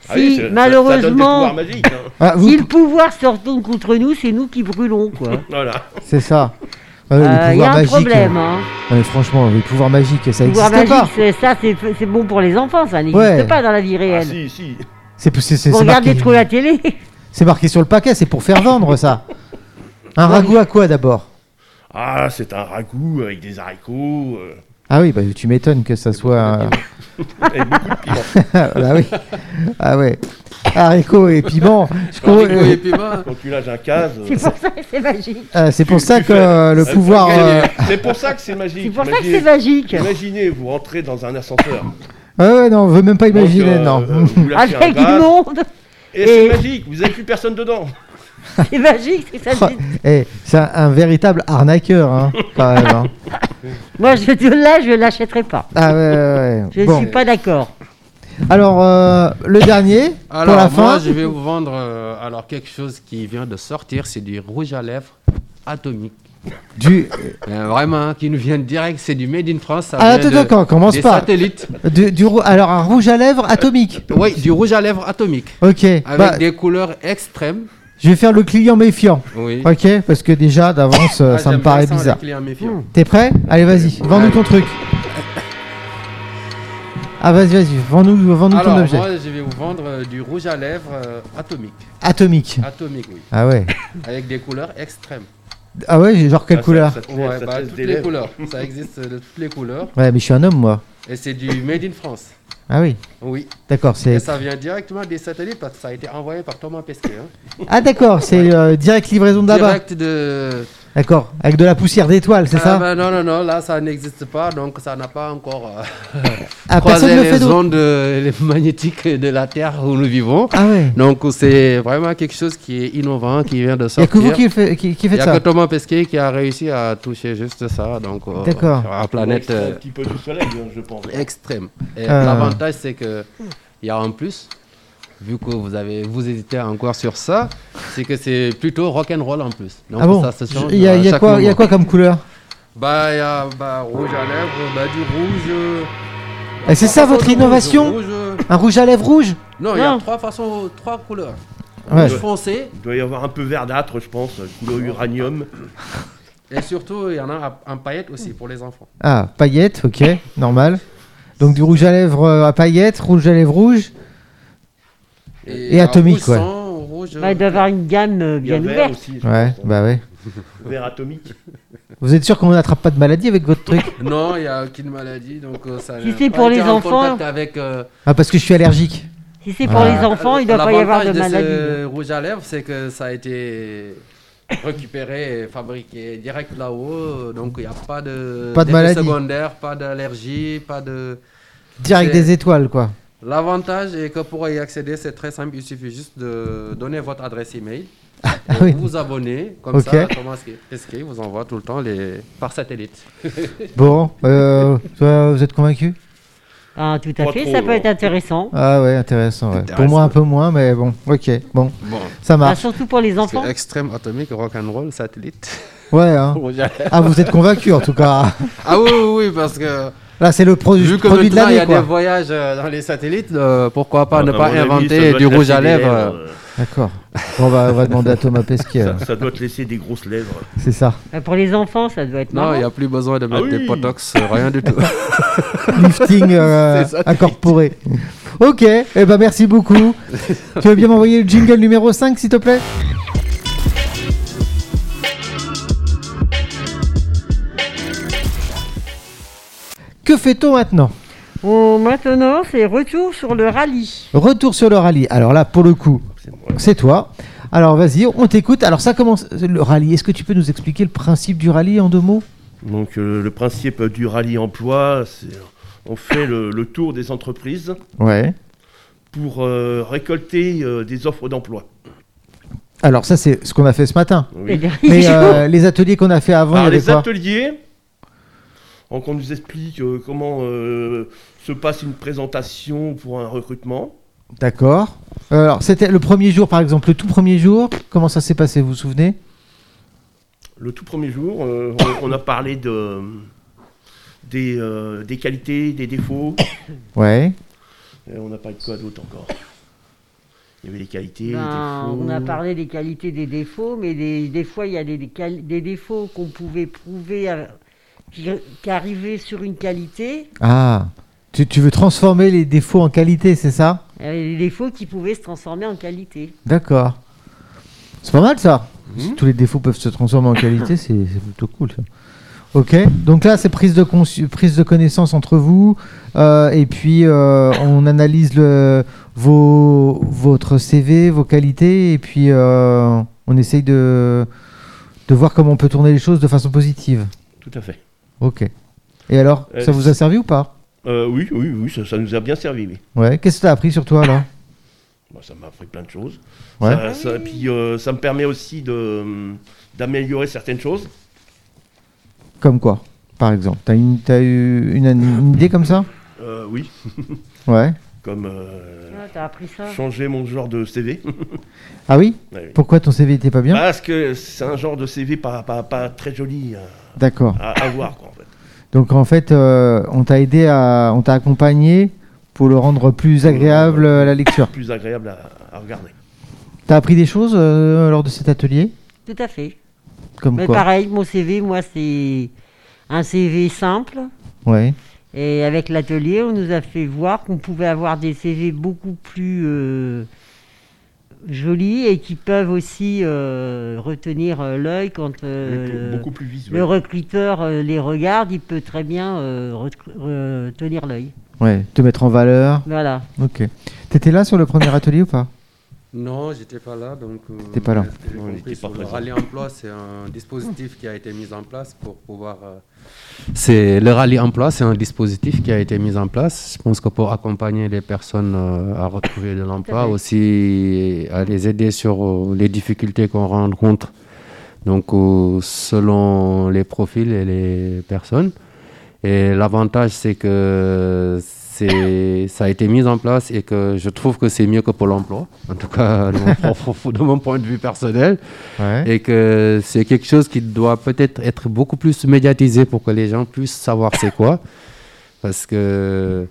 S1: Si
S3: Ah oui, c'est- ça- ça donne des pouvoirs
S1: malheureusement,
S3: magiques, hein.
S2: Ah, vous,
S1: si le pouvoir se retourne contre nous, c'est nous qui brûlons, quoi.
S3: Voilà.
S2: c'est ça.
S1: Il
S2: Ah ouais, les
S1: Euh, y
S2: pouvoirs
S1: a un
S2: magiques,
S1: problème. Hein.
S2: Ah, mais franchement, les pouvoirs magiques, ça
S1: Le pouvoir
S2: n'existe pas.
S1: magique, c'est- ça, c'est c'est bon pour les enfants, ça n'existe
S2: Ouais.
S1: pas dans la vie
S3: Ah,
S1: réelle.
S3: si, si.
S2: C'est c'est- c'est-
S1: Vous
S2: c'est
S1: regardez
S2: marqué,
S1: trop la télé.
S2: c'est marqué sur le paquet, c'est pour faire vendre ça. Un ragoût à quoi d'abord
S3: Ah, c'est un ragoût avec des haricots euh,
S2: Ah oui, bah tu m'étonnes que ça soit. euh,
S3: et beaucoup de piment.
S2: Ah, bah oui. Ah ouais. Haricots et piment.
S4: Ah,
S2: Euh, Je com-
S5: Haricot et piment.
S3: Quand tu lâches un case. euh,
S1: C'est pour ça que c'est magique.
S2: Euh, c'est pour ça que euh, le
S3: euh,
S2: pouvoir. euh,
S3: c'est- C'est pour ça que c'est magique.
S1: C'est pour ça que
S3: imaginez-
S1: c'est magique.
S3: Imaginez, vous rentrez dans un
S2: euh,
S3: ascenseur.
S2: Ouais, ouais, non, on veut même pas
S3: Donc,
S2: imaginer,
S3: euh,
S2: non.
S3: euh, vous lâchez un
S1: Avec du
S3: gaz,
S1: monde.
S3: Et c'est
S1: Et-
S3: magique, vous n'avez plus personne dedans.
S1: C'est magique, c'est ça.
S2: Oh, eh, c'est un, un véritable arnaqueur, hein, quand même. hein.
S1: Moi, je te là, je l'achèterai pas.
S2: Ah ouais, ouais, ouais.
S1: Je ne
S2: Bon.
S1: suis pas d'accord.
S2: Alors, euh, le dernier, pour
S4: Alors,
S2: la
S4: moi,
S2: fin.
S4: je vais vous vendre euh, alors quelque chose qui vient de sortir, c'est du rouge à lèvres atomique.
S2: Du,
S4: Euh, vraiment, hein, qui nous vient direct, c'est du Made in France. ça
S2: Ah,
S4: vient
S2: attends,
S4: de-
S2: attends, commence
S4: des
S2: pas.
S4: satellites.
S2: du, du rou- alors, un rouge à lèvres atomique.
S4: Euh, Oui, du rouge à lèvres atomique.
S2: Ok,
S4: Avec
S2: bah,
S4: des couleurs extrêmes.
S2: je vais faire le client méfiant.
S4: Oui.
S2: Ok, parce que déjà, d'avance, euh,
S4: Ah,
S2: ça me
S4: j'aime
S2: paraît
S4: bien ça, les
S2: bizarre. Mmh.
S4: clients méfiants.
S2: T'es prêt Allez, vas-y, vends-nous ton truc. Ah, vas-y, vas-y, vends-nous vends-nous ton
S4: Alors,
S2: objet.
S4: moi, je vais vous vendre euh, du rouge à lèvres euh, atomique.
S2: Atomique.
S4: Atomique, oui.
S2: Ah ouais.
S4: Avec des couleurs extrêmes.
S2: Ah ouais, j'ai genre quelle
S3: Ah, ça-
S2: couleur
S3: ça te laisse-
S4: Ouais,
S3: ça te
S4: bah,
S3: laisse
S4: toutes
S3: des
S4: les
S3: lèvres.
S4: couleurs. Ça existe euh, de toutes les couleurs.
S2: Ouais, mais je suis un homme, moi.
S4: Et c'est du Made in France.
S2: Ah oui,
S4: Oui.
S2: d'accord,
S4: Et
S2: c'est...
S4: ça vient directement des satellites parce que ça a été envoyé par Thomas Pesquet. hein.
S2: Ah d'accord, c'est euh, direct livraison de là-bas.
S4: Direct de.
S2: D'accord, avec de la poussière d'étoiles, c'est
S4: Ah,
S2: ça
S4: bah, Non, non, non, là ça n'existe pas, donc ça n'a pas encore euh,
S2: Ah, personne ne
S4: croisé
S2: le fait
S4: les
S2: d'autre.
S4: ondes euh, magnétiques de la Terre où nous vivons.
S2: Ah ouais,
S4: Donc c'est vraiment quelque chose qui est innovant, qui vient de
S2: il n'y a que
S4: sortir.
S2: vous qui, le fait, qui, qui
S4: Il
S2: faites
S4: y a
S2: ça.
S4: que Thomas Pesquet qui a réussi à toucher juste ça, donc euh,
S2: D'accord.
S4: sur la planète
S3: Ouais, c'est
S4: euh,
S3: Un petit peu du soleil, hein, je pense.
S4: extrême. Et
S2: Euh.
S4: L'avantage c'est que il y a en plus, vu que vous avez vous hésitez encore sur ça, c'est que c'est plutôt rock and roll en plus. Donc
S2: Ah bon
S4: ça se change
S2: Il y a,
S4: à
S2: il y a
S4: chaque
S2: quoi, il y a
S4: moment.
S2: quoi comme couleur
S4: Bah, il y a bah, rouge à lèvres, bah, du rouge. euh,
S2: Et c'est
S4: trois
S2: ça, votre
S4: façons de rouge,
S2: innovation
S4: rouge, euh,
S2: Un rouge à lèvres rouge
S4: Non, il y a
S1: Non.
S4: trois façons, trois couleurs.
S2: Ouais.
S4: Rouge foncé,
S3: Il doit y avoir un peu verdâtre, je pense, couleur uranium.
S4: et surtout, il y en a en paillettes aussi pour les enfants.
S2: Ah, paillettes, ok, normal. Donc du rouge à lèvres euh, à paillettes, rouge à lèvres rouge. Et
S4: euh,
S2: atomique,
S4: rouge
S2: ouais.
S4: sang, rouge.
S1: Bah, il doit y avoir une gamme euh, bien
S3: Il y a vert
S1: ouverte.
S3: aussi. je
S2: Ouais,
S3: pense, hein.
S2: bah ouais.
S3: Vert atomique.
S2: Vous êtes sûr qu'on n'attrape pas de maladie avec votre truc
S4: Non, il n'y a aucune maladie, donc euh, ça.
S1: Si
S4: n'a
S1: c'est
S4: pas
S1: pour
S4: été
S1: les
S4: en
S1: enfants-
S4: contact avec. euh,
S2: Ah, parce que je suis allergique.
S1: Si c'est pour
S2: Ah.
S1: les enfants, il ne doit pas y
S4: l'avantage
S1: avoir de
S4: ce
S1: maladie.
S4: rouge à lèvres, c'est que ça a été récupéré et fabriqué direct là-haut, donc il n'y a pas de.
S2: Pas de
S4: d'effet
S2: maladie.
S4: secondaire, pas d'allergie, pas de.
S2: Direct
S4: C'est-
S2: des étoiles, quoi.
S4: L'avantage est que pour y accéder, c'est très simple. Il suffit juste de donner votre adresse email.
S2: Ah
S4: et
S2: oui.
S4: Vous vous abonnez, comme
S2: Ok.
S4: ça, Thomas Pesquet vous envoie tout le temps les... par satellite.
S2: Bon, euh, toi, vous êtes convaincu
S1: Ah, tout à
S3: Pas
S1: fait,
S3: trop,
S1: ça peut
S3: hein.
S1: être intéressant.
S2: Ah ouais, intéressant. ouais.
S4: Intéressant.
S2: Pour moi, un peu moins, mais bon, ok, bon,
S4: Bon,
S2: ça
S1: Bah,
S2: marche.
S1: surtout pour les enfants.
S4: c'est extrême atomique, rock'n'roll, satellite.
S2: Ouais, hein. Ah, vous êtes convaincu en tout cas.
S4: Ah oui, oui, oui, parce que
S2: Là, c'est le pro-
S4: vu que
S2: produit de
S4: maintenant il y
S2: l'année,
S4: a
S2: quoi.
S4: des voyages euh, dans les satellites, euh, pourquoi pas ne
S3: À
S4: pas
S3: Ah, bah, mon avis, ça
S4: inventer
S3: doit
S4: du
S3: te
S4: rouge à
S3: laisser des
S4: lèvres euh,
S3: euh,
S2: D'accord. Bon, on va, on va demander à Thomas Pesquet.
S3: Ça,
S2: alors.
S3: ça doit te laisser des grosses lèvres.
S2: C'est ça.
S1: Bah, pour les enfants, ça doit être
S4: Non, il n'y
S1: marrant.
S4: a plus besoin de mettre
S3: Ah oui.
S4: des potox, euh, rien du tout.
S2: Lifting euh,
S4: C'est ça.
S2: incorporé. Ok, eh ben merci beaucoup. tu veux bien m'envoyer le jingle numéro 5, s'il te plaît Que fait-on maintenant
S1: Oh, maintenant, c'est retour sur le rallye.
S2: Retour sur le rallye. Alors là, pour le coup,
S3: C'est moi.
S2: c'est toi. Alors vas-y, on t'écoute. Alors ça commence le rallye. Est-ce que tu peux nous expliquer le principe du rallye en deux mots
S3: Donc euh, le principe du rallye emploi, c'est on fait le, le tour des entreprises
S2: Ouais.
S3: pour euh, récolter euh, des offres d'emploi.
S2: Alors ça, c'est ce qu'on a fait ce matin.
S3: Oui.
S1: Les derniers
S2: Mais
S1: jours.
S2: euh, les ateliers qu'on a fait avant, il y
S3: Par
S2: avait
S3: les
S2: quoi
S3: ateliers, donc on nous explique euh, comment euh, se passe une présentation pour un recrutement.
S2: D'accord. Euh, Alors, c'était le premier jour, par exemple, le tout premier jour. Comment ça s'est passé, vous vous souvenez
S3: Le tout premier jour, euh, on, on a parlé de, des, euh, des qualités, des défauts.
S2: Ouais.
S3: Et on a parlé de quoi d'autre encore Il y avait les qualités, les
S1: Ben,
S3: défauts.
S1: on a parlé des qualités des défauts, mais des, des fois, il y a des, des quali- des défauts qu'on pouvait prouver à- qui, qui arrivaient sur une qualité,
S2: Ah, tu, tu veux transformer les défauts en qualité, c'est ça
S1: et les défauts qui pouvaient se transformer en qualité.
S2: D'accord. C'est pas mal ça. Si tous les défauts peuvent se transformer en qualité, c'est c'est plutôt cool ça. Ok, donc là c'est prise de, consci- prise de connaissance entre vous, euh, et puis euh, on analyse le, vos, votre CV, vos qualités, et puis euh, on essaye de, de voir comment on peut tourner les choses de façon positive.
S3: Tout à fait.
S2: Ok. Et alors,
S3: Euh,
S2: ça vous a servi ou pas
S3: Euh, oui, oui, oui, ça, ça nous a bien servi. oui.
S2: Ouais, qu'est-ce que t'as appris sur toi là
S3: Bah, ça m'a appris plein de choses.
S2: Ouais.
S3: Ça- ça- puis euh, ça me permet aussi de, hum, d'améliorer certaines choses.
S2: Comme quoi, par exemple T'as une, t'as eu une, une idée comme ça
S3: Euh, oui,
S2: Ouais.
S3: comme euh,
S1: Ah, T'as appris ça
S3: changer mon genre de CV.
S2: Ah oui
S3: Ouais, oui.
S2: Pourquoi ton CV n'était pas bien
S3: Parce que c'est un genre de CV pas, pas, pas très joli à,
S2: D'accord.
S3: à- à voir. Quoi, en fait.
S2: Donc en fait, euh, on t'a aidé à, on t'a accompagné pour le rendre plus agréable euh, la lecture.
S3: Plus agréable à, à regarder.
S2: T'as appris des choses euh, lors de cet atelier
S1: Tout à fait.
S2: Comme
S1: Mais
S2: quoi
S1: pareil, mon CV, moi, c'est un CV simple.
S2: Ouais.
S1: Et avec l'atelier, on nous a fait voir qu'on pouvait avoir des CV beaucoup plus euh, jolis et qui peuvent aussi euh, retenir euh, l'œil quand euh,
S3: Beaucoup-
S1: le-
S3: beaucoup plus
S1: le,
S3: visuel.
S1: recruteur euh, les regarde, il peut très bien euh, recru- retenir l'œil.
S2: Ouais. Te mettre en valeur.
S1: Voilà.
S2: Ok. T'étais là sur le premier atelier ou pas
S5: Non, j'étais pas là, donc. euh,
S2: T'étais pas là.
S5: ce que j'ai
S3: Non, il
S5: compris
S3: était
S5: sur
S3: pas
S5: le
S3: présent.
S5: Rallye emploi, c'est un dispositif qui a été mis en place pour pouvoir. euh,
S4: C'est le rallye emploi, c'est un dispositif qui a été mis en place. Je pense que pour accompagner les personnes euh, à retrouver de l'emploi,
S1: fait.
S4: aussi à les aider sur euh, les difficultés qu'on rencontre. Donc euh, selon les profils et les personnes. Et l'avantage c'est que c'est ça a été mis en place et que je trouve que c'est mieux que Pôle Emploi. En tout cas de mon propre- de mon point de vue personnel
S2: Ouais.
S4: et que c'est quelque chose qui doit peut-être être beaucoup plus médiatisé pour que les gens puissent savoir c'est quoi. Parce que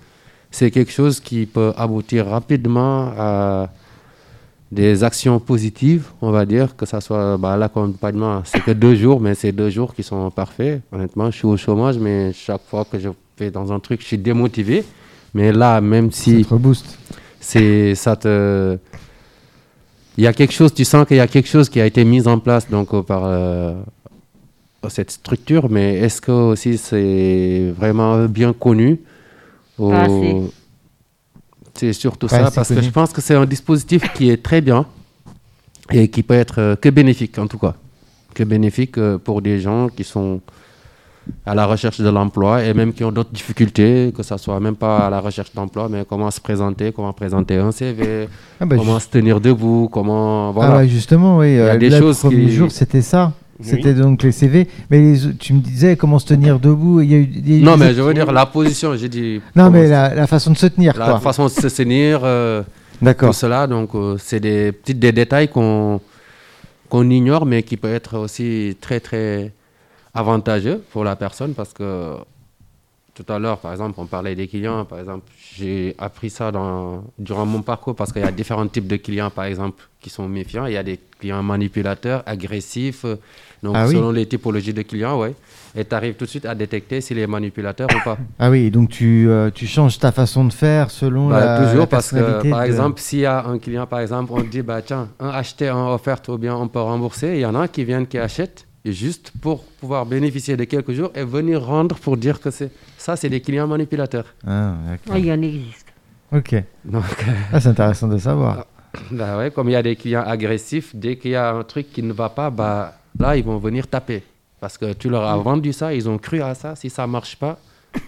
S4: c'est quelque chose qui peut aboutir rapidement à des actions positives, on va dire, que ça soit bah, l'accompagnement, c'est que deux jours, mais c'est deux jours qui sont parfaits. Honnêtement, je suis au chômage, mais chaque fois que je vais dans un truc, je suis démotivé. Mais là, même si
S2: Ça te rebooste.
S4: c'est ça te il y a quelque chose tu sens qu'il y a quelque chose qui a été mis en place donc euh, par euh, cette structure mais est-ce que aussi c'est vraiment bien connu au-
S1: Pas assez.
S4: c'est surtout
S2: Pas
S4: ça
S2: assez
S4: parce que
S2: connu.
S4: je pense que c'est un dispositif qui est très bien et qui peut être euh, que bénéfique en tout cas que bénéfique euh, pour des gens qui sont à la recherche de l'emploi et même qui ont d'autres difficultés, que ce soit même pas à la recherche d'emploi, mais comment se présenter, comment présenter un CV,
S2: Ah bah,
S4: comment
S2: ju-
S4: se tenir debout, comment...
S2: ah
S4: Voilà.
S2: ouais, justement, oui.
S4: a
S2: euh,
S4: des
S2: là,
S4: choses
S2: le premier
S4: qui-
S2: jour, c'était ça.
S3: Oui.
S2: C'était donc les CV. Mais les- tu me disais comment se tenir debout. Il y a eu. il y a eu
S4: non,
S2: des-
S4: mais je veux dire, la position, j'ai dit...
S2: Non,
S4: comment-
S2: mais la, la façon de se tenir,
S4: la
S2: quoi.
S4: façon de se tenir, euh, tout
S2: D'accord.
S4: cela, donc euh, c'est des petits des détails qu'on qu'on ignore, mais qui peut être aussi très, très avantageux pour la personne, parce que tout à l'heure, par exemple, on parlait des clients. Par exemple, j'ai appris ça dans, durant mon parcours parce qu'il y a différents types de clients, par exemple, qui sont méfiants. Il y a des clients manipulateurs, agressifs. euh, Donc,
S2: Ah oui.
S4: selon les typologies de clients, ouais. Et tu arrives tout de suite à détecter s'il est manipulateur ou pas.
S2: Ah oui, donc tu, euh, tu changes ta façon de faire selon
S4: Bah,
S2: la,
S4: toujours
S2: la
S4: parce que,
S2: personnalité
S4: par
S2: de-
S4: exemple, s'il y a un client, par exemple, on dit, bah, tiens, un acheté, un offert, ou bien on peut rembourser. Il y en a qui viennent, qui achètent et juste pour pouvoir bénéficier de quelques jours et venir rendre pour dire que c'est ça, c'est des clients manipulateurs.
S2: Ah,
S1: Ah,
S2: d'accord.
S1: il y en existe.
S2: Ok.
S4: Donc,
S2: Ah, c'est intéressant de savoir.
S4: Bah ouais, comme il y a des clients agressifs, dès qu'il y a un truc qui ne va pas, bah, là, ils vont venir taper. Parce que tu leur as vendu ça, ils ont cru à ça. Si ça ne marche pas,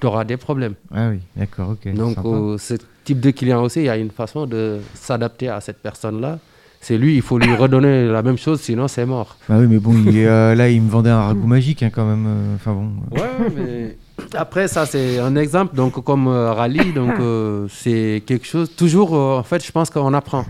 S4: tu auras des problèmes.
S2: Ah oui, d'accord, ok.
S4: Donc,
S2: sympa.
S4: euh, ce type de client aussi, il y a une façon de s'adapter à cette personne-là. C'est lui, il faut lui redonner la même chose, sinon c'est mort.
S2: Bah oui, mais bon, il est, euh, là, il me vendait un ragoût magique, hein, quand même. euh, Enfin bon. euh.
S4: Ouais, mais après ça c'est un exemple. Donc comme euh, rallye, donc euh, c'est quelque chose. Toujours, euh, en fait, je pense qu'on apprend.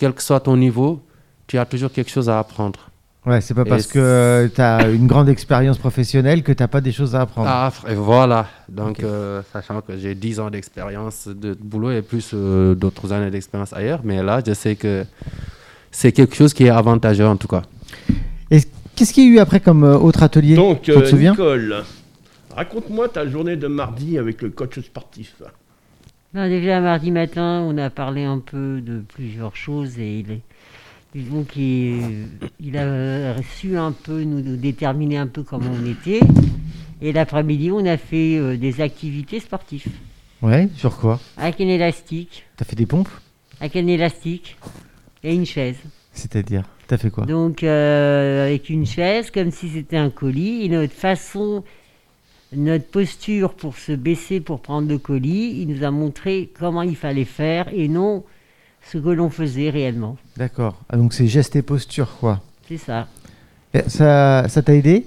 S4: Quel que soit ton niveau, tu as toujours quelque chose à apprendre.
S2: Ouais, c'est pas
S4: Et
S2: parce que euh, t'as une grande expérience professionnelle que t'as pas des choses à apprendre.
S4: Ah, fr- et voilà. Donc, euh, sachant que j'ai 10 ans d'expérience de boulot et plus euh, d'autres années d'expérience ailleurs, mais là, je sais que c'est quelque chose qui est avantageux en tout cas.
S2: Et qu'est-ce qu'il y a eu après comme euh, autre atelier
S3: Donc,
S2: Tu
S3: euh,
S2: te souviens
S3: Nicole, raconte-moi ta journée de mardi avec le coach sportif.
S1: Non, déjà mardi matin, on a parlé un peu de plusieurs choses et il est, disons qu'il il a su un peu nous, nous déterminer un peu comment on était. Et l'après-midi, on a fait euh, des activités sportives
S2: Ouais, sur quoi
S1: avec un élastique,
S2: T'as fait des pompes
S1: avec un élastique et une chaise.
S2: C'est-à-dire T'as fait quoi
S1: Donc euh, avec une chaise, comme si c'était un colis, et notre façon, notre posture pour se baisser pour prendre le colis, il nous a montré comment il fallait faire et non ce que l'on faisait réellement.
S2: D'accord. Ah, donc c'est gestes et postures, quoi.
S1: C'est ça.
S2: Eh, Ça ça t'a aidé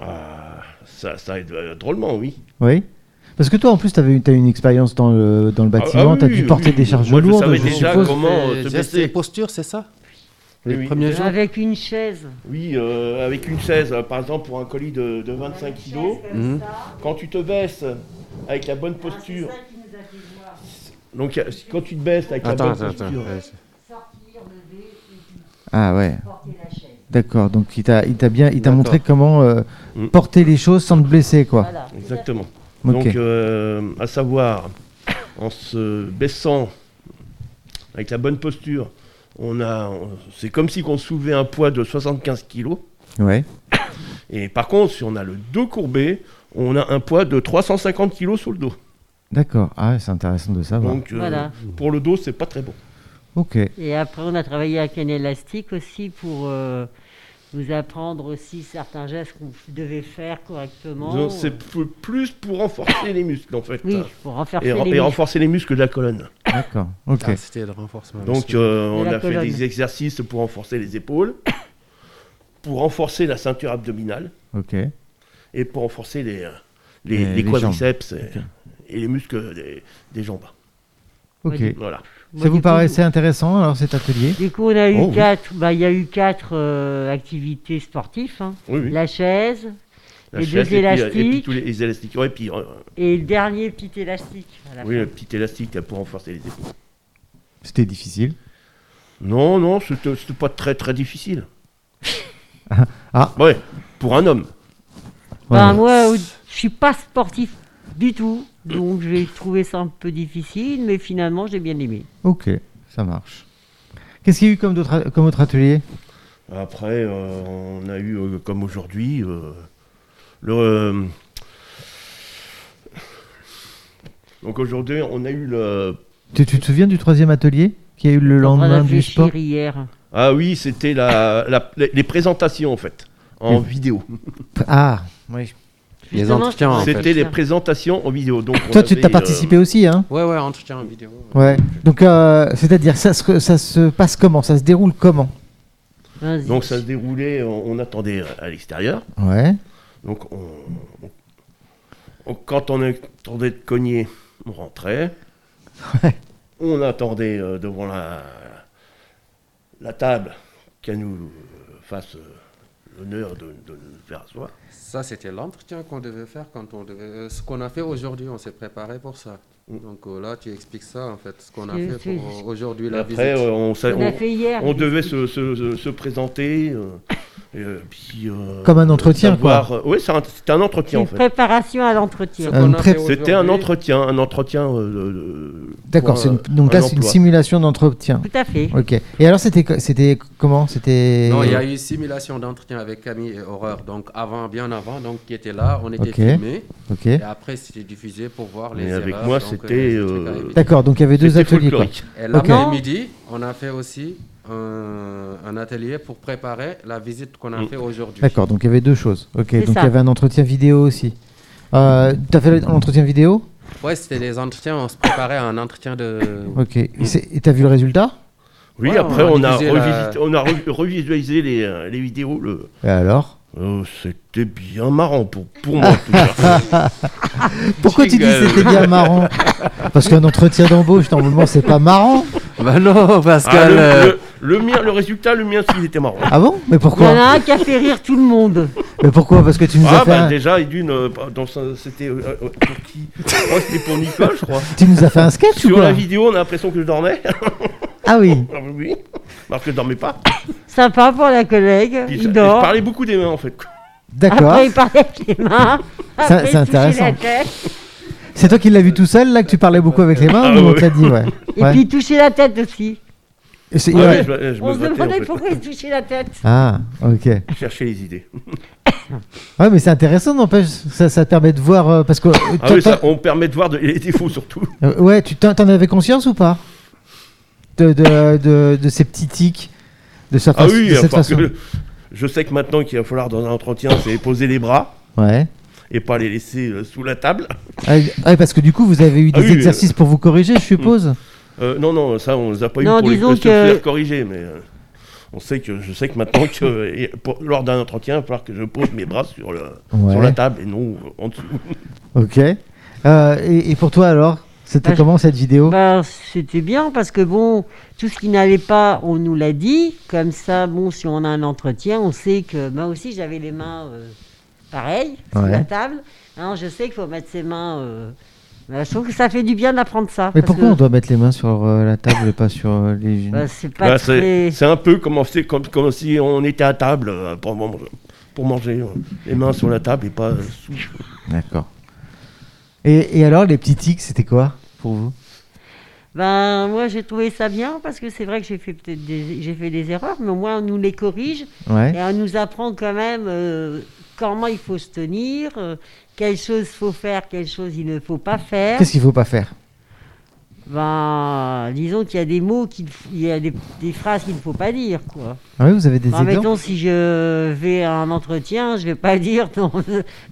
S3: Ah, ça, ça aide euh, drôlement, oui.
S2: Oui. Parce que toi, en plus, tu as une, expérience dans le, dans le
S3: Ah,
S2: bâtiment,
S3: ah
S2: tu as
S3: oui,
S2: dû
S3: oui,
S2: porter
S3: oui.
S2: des charges
S3: Moi, je
S2: lourdes,
S3: savais
S2: je,
S3: déjà
S2: suppose.
S3: comment euh, te
S4: gestes
S3: baisser.
S4: et postures, c'est ça Les
S3: Oui, oui.
S4: premiers jours
S1: Avec une chaise.
S3: Oui, euh, avec une 16, euh, par exemple pour un colis de, de 25 kilos,
S4: Mhm.
S3: quand tu te baisses avec la bonne posture, donc euh, si- quand tu te baisses avec
S4: Attends,
S3: la bonne
S4: attends, attends.
S3: posture,
S4: Ouais.
S2: Ah ouais, d'accord. Donc il t'a il t'a bien, il t'a
S4: D'accord.
S2: montré comment euh,
S3: Mm.
S2: porter les choses sans te blesser, quoi.
S1: Voilà.
S3: Ah, exactement.
S2: Ok.
S3: Donc, euh, à savoir, en se baissant avec la bonne posture, on a, on- c'est comme si on soulevait un poids de 75 kilos.
S2: Ouais.
S3: Et par contre, si on a le dos courbé, on a un poids de 350 kilos sur le dos.
S2: D'accord. Ah, bah. ouais, c'est intéressant de savoir.
S3: Donc, euh,
S1: Voilà.
S3: pour le dos, c'est pas très bon.
S2: ok.
S1: Et après, on a travaillé avec un élastique aussi pour euh, nous apprendre aussi certains gestes qu'on devait faire correctement.
S3: Donc, C'est p- plus pour renforcer les muscles, en fait.
S1: Oui, pour renforcer
S3: Et,
S1: les
S3: ren- et
S1: muscles.
S3: renforcer les muscles de la colonne.
S2: D'accord. Ok.
S4: Ah, C'était le renforcement.
S2: bah,
S3: Donc, euh,
S1: De
S3: on
S1: la
S3: a
S1: colonne.
S3: fait des exercices pour renforcer les épaules, pour renforcer la ceinture abdominale.
S2: Ok.
S3: et pour renforcer les, euh, les,
S2: Et
S3: les
S2: les jambes.
S3: quadriceps et, et les muscles des, des jambes.
S2: Ok.
S1: Ouais,
S3: Voilà.
S1: Moi,
S2: Ça
S1: du
S2: vous
S1: coup,
S2: paraissait intéressant alors cet atelier
S1: Du coup, on a eu
S3: Oh, oui.
S1: quatre, bah, il y a eu quatre euh, activités sportives. hein.
S3: Oui, oui.
S1: La chaise
S3: La
S1: les
S3: chaise
S1: deux
S3: et puis, euh,
S1: élastiques.
S3: Et puis tous les, les élastiques. Ouais, et puis, euh,
S1: et le dernier petit élastique. à la
S3: oui,
S1: fin.
S3: le petit élastique euh, pour renforcer les épaules.
S2: C'était difficile.
S3: Non, non, c'était c'était pas très très difficile.
S2: Ah.
S3: Ouais, pour un homme.
S1: Enfin,
S2: Ouais.
S1: Bah, moi, au- je suis pas sportif du tout, donc j'ai trouvé ça un peu difficile, mais finalement, j'ai bien aimé.
S2: Ok. Ça marche. Qu'est-ce qu'il y a eu comme, d'autres a- comme autre atelier
S3: Après, euh, on a eu, euh, comme aujourd'hui, euh, le. euh, donc aujourd'hui, on a eu le.
S2: tu, tu te souviens du troisième atelier qui a eu le
S1: On a
S2: lendemain du
S1: réfléchi
S2: sport
S1: hier.
S3: Ah oui, c'était la, la- les- les présentations en fait, en
S2: Oui.
S3: vidéo.
S2: Ah. Oui.
S4: Les
S1: Justement,
S4: entretiens,
S1: je-
S4: en fait.
S3: C'était les présentations en vidéo. Donc on
S2: Ah, Toi, tu
S3: avait,
S2: as participé
S3: euh,
S2: aussi, hein
S4: Ouais, ouais, entretien en vidéo.
S2: Ouais. Donc, euh, c'est-à-dire, ça se, ça se passe comment Ça se déroule comment
S1: Vas-y.
S3: donc ça se déroulait, on, on attendait à l'extérieur.
S2: Ouais.
S3: Donc on, on- quand on attendait de cogner, on rentrait.
S2: Ouais.
S3: On attendait euh, devant la, la table qu'elle nous fasse euh, l'honneur de, de nous faire asseoir.
S5: Ça, c'était l'entretien qu'on devait faire quand on devait. euh, Ce qu'on a fait aujourd'hui, on s'est préparé pour ça.
S3: Mm.
S5: Donc euh, là, tu expliques ça en fait, ce qu'on a
S1: Oui,
S5: fait
S1: oui.
S5: pour euh, aujourd'hui la
S3: Après,
S5: visite.
S3: euh, on, s'a-
S1: On a
S3: on,
S1: fait hier.
S3: on devait se, se- se- se présenter. euh, et, euh, puis, euh,
S2: Comme un entretien,
S3: oui, c'est un- c'était un entretien en
S1: une
S3: fait. Euh,
S1: préparation à l'entretien.
S5: Ce qu'on
S2: une
S5: a
S2: pré-
S5: fait
S3: C'était un
S5: aujourd'hui,
S3: entretien, un entretien. euh, de- de-
S2: D'accord.
S3: pour
S2: c'est
S3: un-
S2: une- donc
S3: un
S2: là, c'est une
S3: emploi.
S2: simulation d'entretien.
S1: Tout à fait.
S2: Ok. Et alors, c'était, co- c'était comment C'était.
S5: Non, il y a eu simulation d'entretien avec Camille et Horreur, donc avant, bien avant, donc qui était là, on était
S2: Ok.
S5: filmés,
S2: Ok.
S5: et après c'était diffusé pour voir les
S3: Mais avec
S5: erreurs,
S3: moi,
S5: donc,
S3: c'était,
S5: les trucs à
S3: euh,
S5: éviter.
S2: D'accord. Donc, il y avait deux
S3: C'était
S2: ateliers. quoi.
S3: folklorique.
S5: Et
S2: Ok.
S5: l'après-midi, on a fait aussi un, un atelier pour préparer la visite qu'on a
S3: Mm.
S5: fait aujourd'hui.
S2: D'accord. Donc, il y avait deux choses. Ok.
S1: C'est
S2: Donc, il y
S1: ça.
S2: avait un entretien vidéo aussi. Euh, tu as fait l'entretien vidéo
S5: Ouais, c'était des entretiens, on se préparait à un entretien de...
S2: Ok. Et c'est- et t'as vu le résultat
S3: Oui,
S5: Ouais,
S3: après,
S5: on
S3: on
S5: a
S3: a,
S5: diffusé la-
S3: revisité- on a re- revisualisé les, euh, les vidéos. le-
S2: Et alors
S3: Euh, c'était bien marrant pour, pour moi. en tout cas.
S2: Pourquoi tu dis que
S3: Jingle.
S2: c'était bien marrant Parce qu'un entretien d'embauche, normalement, c'est pas marrant.
S4: Bah non,
S3: Ah,
S4: Pascal.
S3: le,
S4: euh,
S3: le- le mien, le résultat, le mien, aussi, il était marrant.
S2: Ah bon Mais
S1: Il y
S2: pourquoi
S1: en a un qui a fait rire tout le monde.
S2: Mais pourquoi Parce que tu nous
S3: Ah,
S2: as fait
S3: bah
S2: un-
S3: déjà, et d'une, euh, dans sa- c'était euh, euh, pour qui Je crois que c'était pour Nicole, je crois.
S2: Tu nous as fait un sketch ou
S3: Sur
S2: quoi
S3: la vidéo, on a l'impression que je dormais.
S2: Ah oui.
S3: Ah oui, parce que je dormais pas.
S1: Sympa pour la collègue.
S3: Puis
S1: Il
S3: je, et je
S1: dort.
S3: parlais beaucoup des mains, en fait.
S2: D'accord.
S1: Après, il parlait avec les mains.
S2: Ça-
S1: Après,
S2: c'est
S1: il touchait la
S2: intéressant.
S1: tête.
S2: C'est toi qui l'as vu tout seul là que tu parlais beaucoup avec les mains
S3: Ah
S2: ou on
S3: ouais.
S2: te l'a dit ouais.
S1: Et
S2: Ouais.
S1: puis, il touchait la tête aussi.
S2: Et c'est-
S3: Ouais,
S2: ouais.
S3: je, me- je me
S1: On se
S3: grattais, en
S1: demandait
S3: fait.
S1: pourquoi il touchait la tête.
S2: Ah ok.
S3: Je cherchais les idées.
S2: Ouais mais c'est intéressant n'empêche ça, ça te permet de voir euh, parce que euh,
S3: Ah
S2: t'en-
S3: oui, ça, on permet de voir de- les défauts, surtout.
S2: euh, ouais tu t'en t'en avais conscience ou pas de, de, de, de ces petits tics de, sa
S3: Ah
S2: fa-
S3: oui,
S2: de cette
S3: enfin,
S2: façon.
S3: que- je sais que maintenant qu'il va falloir dans un entretien, c'est poser les bras
S2: Ouais.
S3: et pas les laisser euh, sous la table.
S2: Ah, ouais, parce que du coup vous avez eu
S3: Ah
S2: des
S3: oui, Mm.
S2: exercices pour vous corriger je suppose.
S3: Euh, non, non, ça, on ne les a pas
S1: Non,
S3: eu pour les,
S1: disons
S3: se faire
S1: que-
S3: corriger, mais euh, on sait que, je sais que maintenant, que, euh, et pour- lors d'un entretien, il va falloir que je pose mes bras sur, le, sur
S2: Ouais.
S3: la table et non euh, en dessous.
S2: Ok. Euh, et, et pour toi alors, c'était
S1: Bah, je-
S2: comment cette vidéo
S1: Bah, c'était bien parce que bon, tout ce qui n'allait pas, on nous l'a dit. Comme ça, bon, si on a un entretien, on sait que moi aussi j'avais les mains euh, pareilles sur
S2: Ouais.
S1: la table. Hein, je sais qu'il faut mettre ses mains. euh, bah, je trouve que ça fait du bien d'apprendre ça.
S2: Mais
S1: parce
S2: pourquoi
S1: que,
S2: on doit mettre les mains sur euh, la table et pas sur euh, les genoux
S1: bah, C'est pas
S3: Bah,
S1: très.
S3: c'est c'est un peu comme, on- c'est comme, comme si on était à table euh, pour, man- pour manger, euh, les mains sur la table et pas euh, sous.
S2: D'accord. Et, et alors, les petits tics, c'était quoi pour vous
S1: Ben, moi, j'ai trouvé ça bien parce que c'est vrai que j'ai fait peut-être des, j'ai fait des erreurs, mais au moins on nous les corrige
S2: Ouais.
S1: et on nous apprend quand même euh, comment il faut se tenir, euh, quelles choses faut faire, quelles choses il ne faut pas faire.
S2: Qu'est-ce qu'il faut pas faire
S1: Ben, disons qu'il y a des mots, qu'il f- il y a des, des phrases qu'il ne faut pas dire, quoi.
S2: Ah oui, vous avez des
S1: Enfin,
S2: exemples
S1: mettons, si je vais à un entretien, je vais pas dire dans,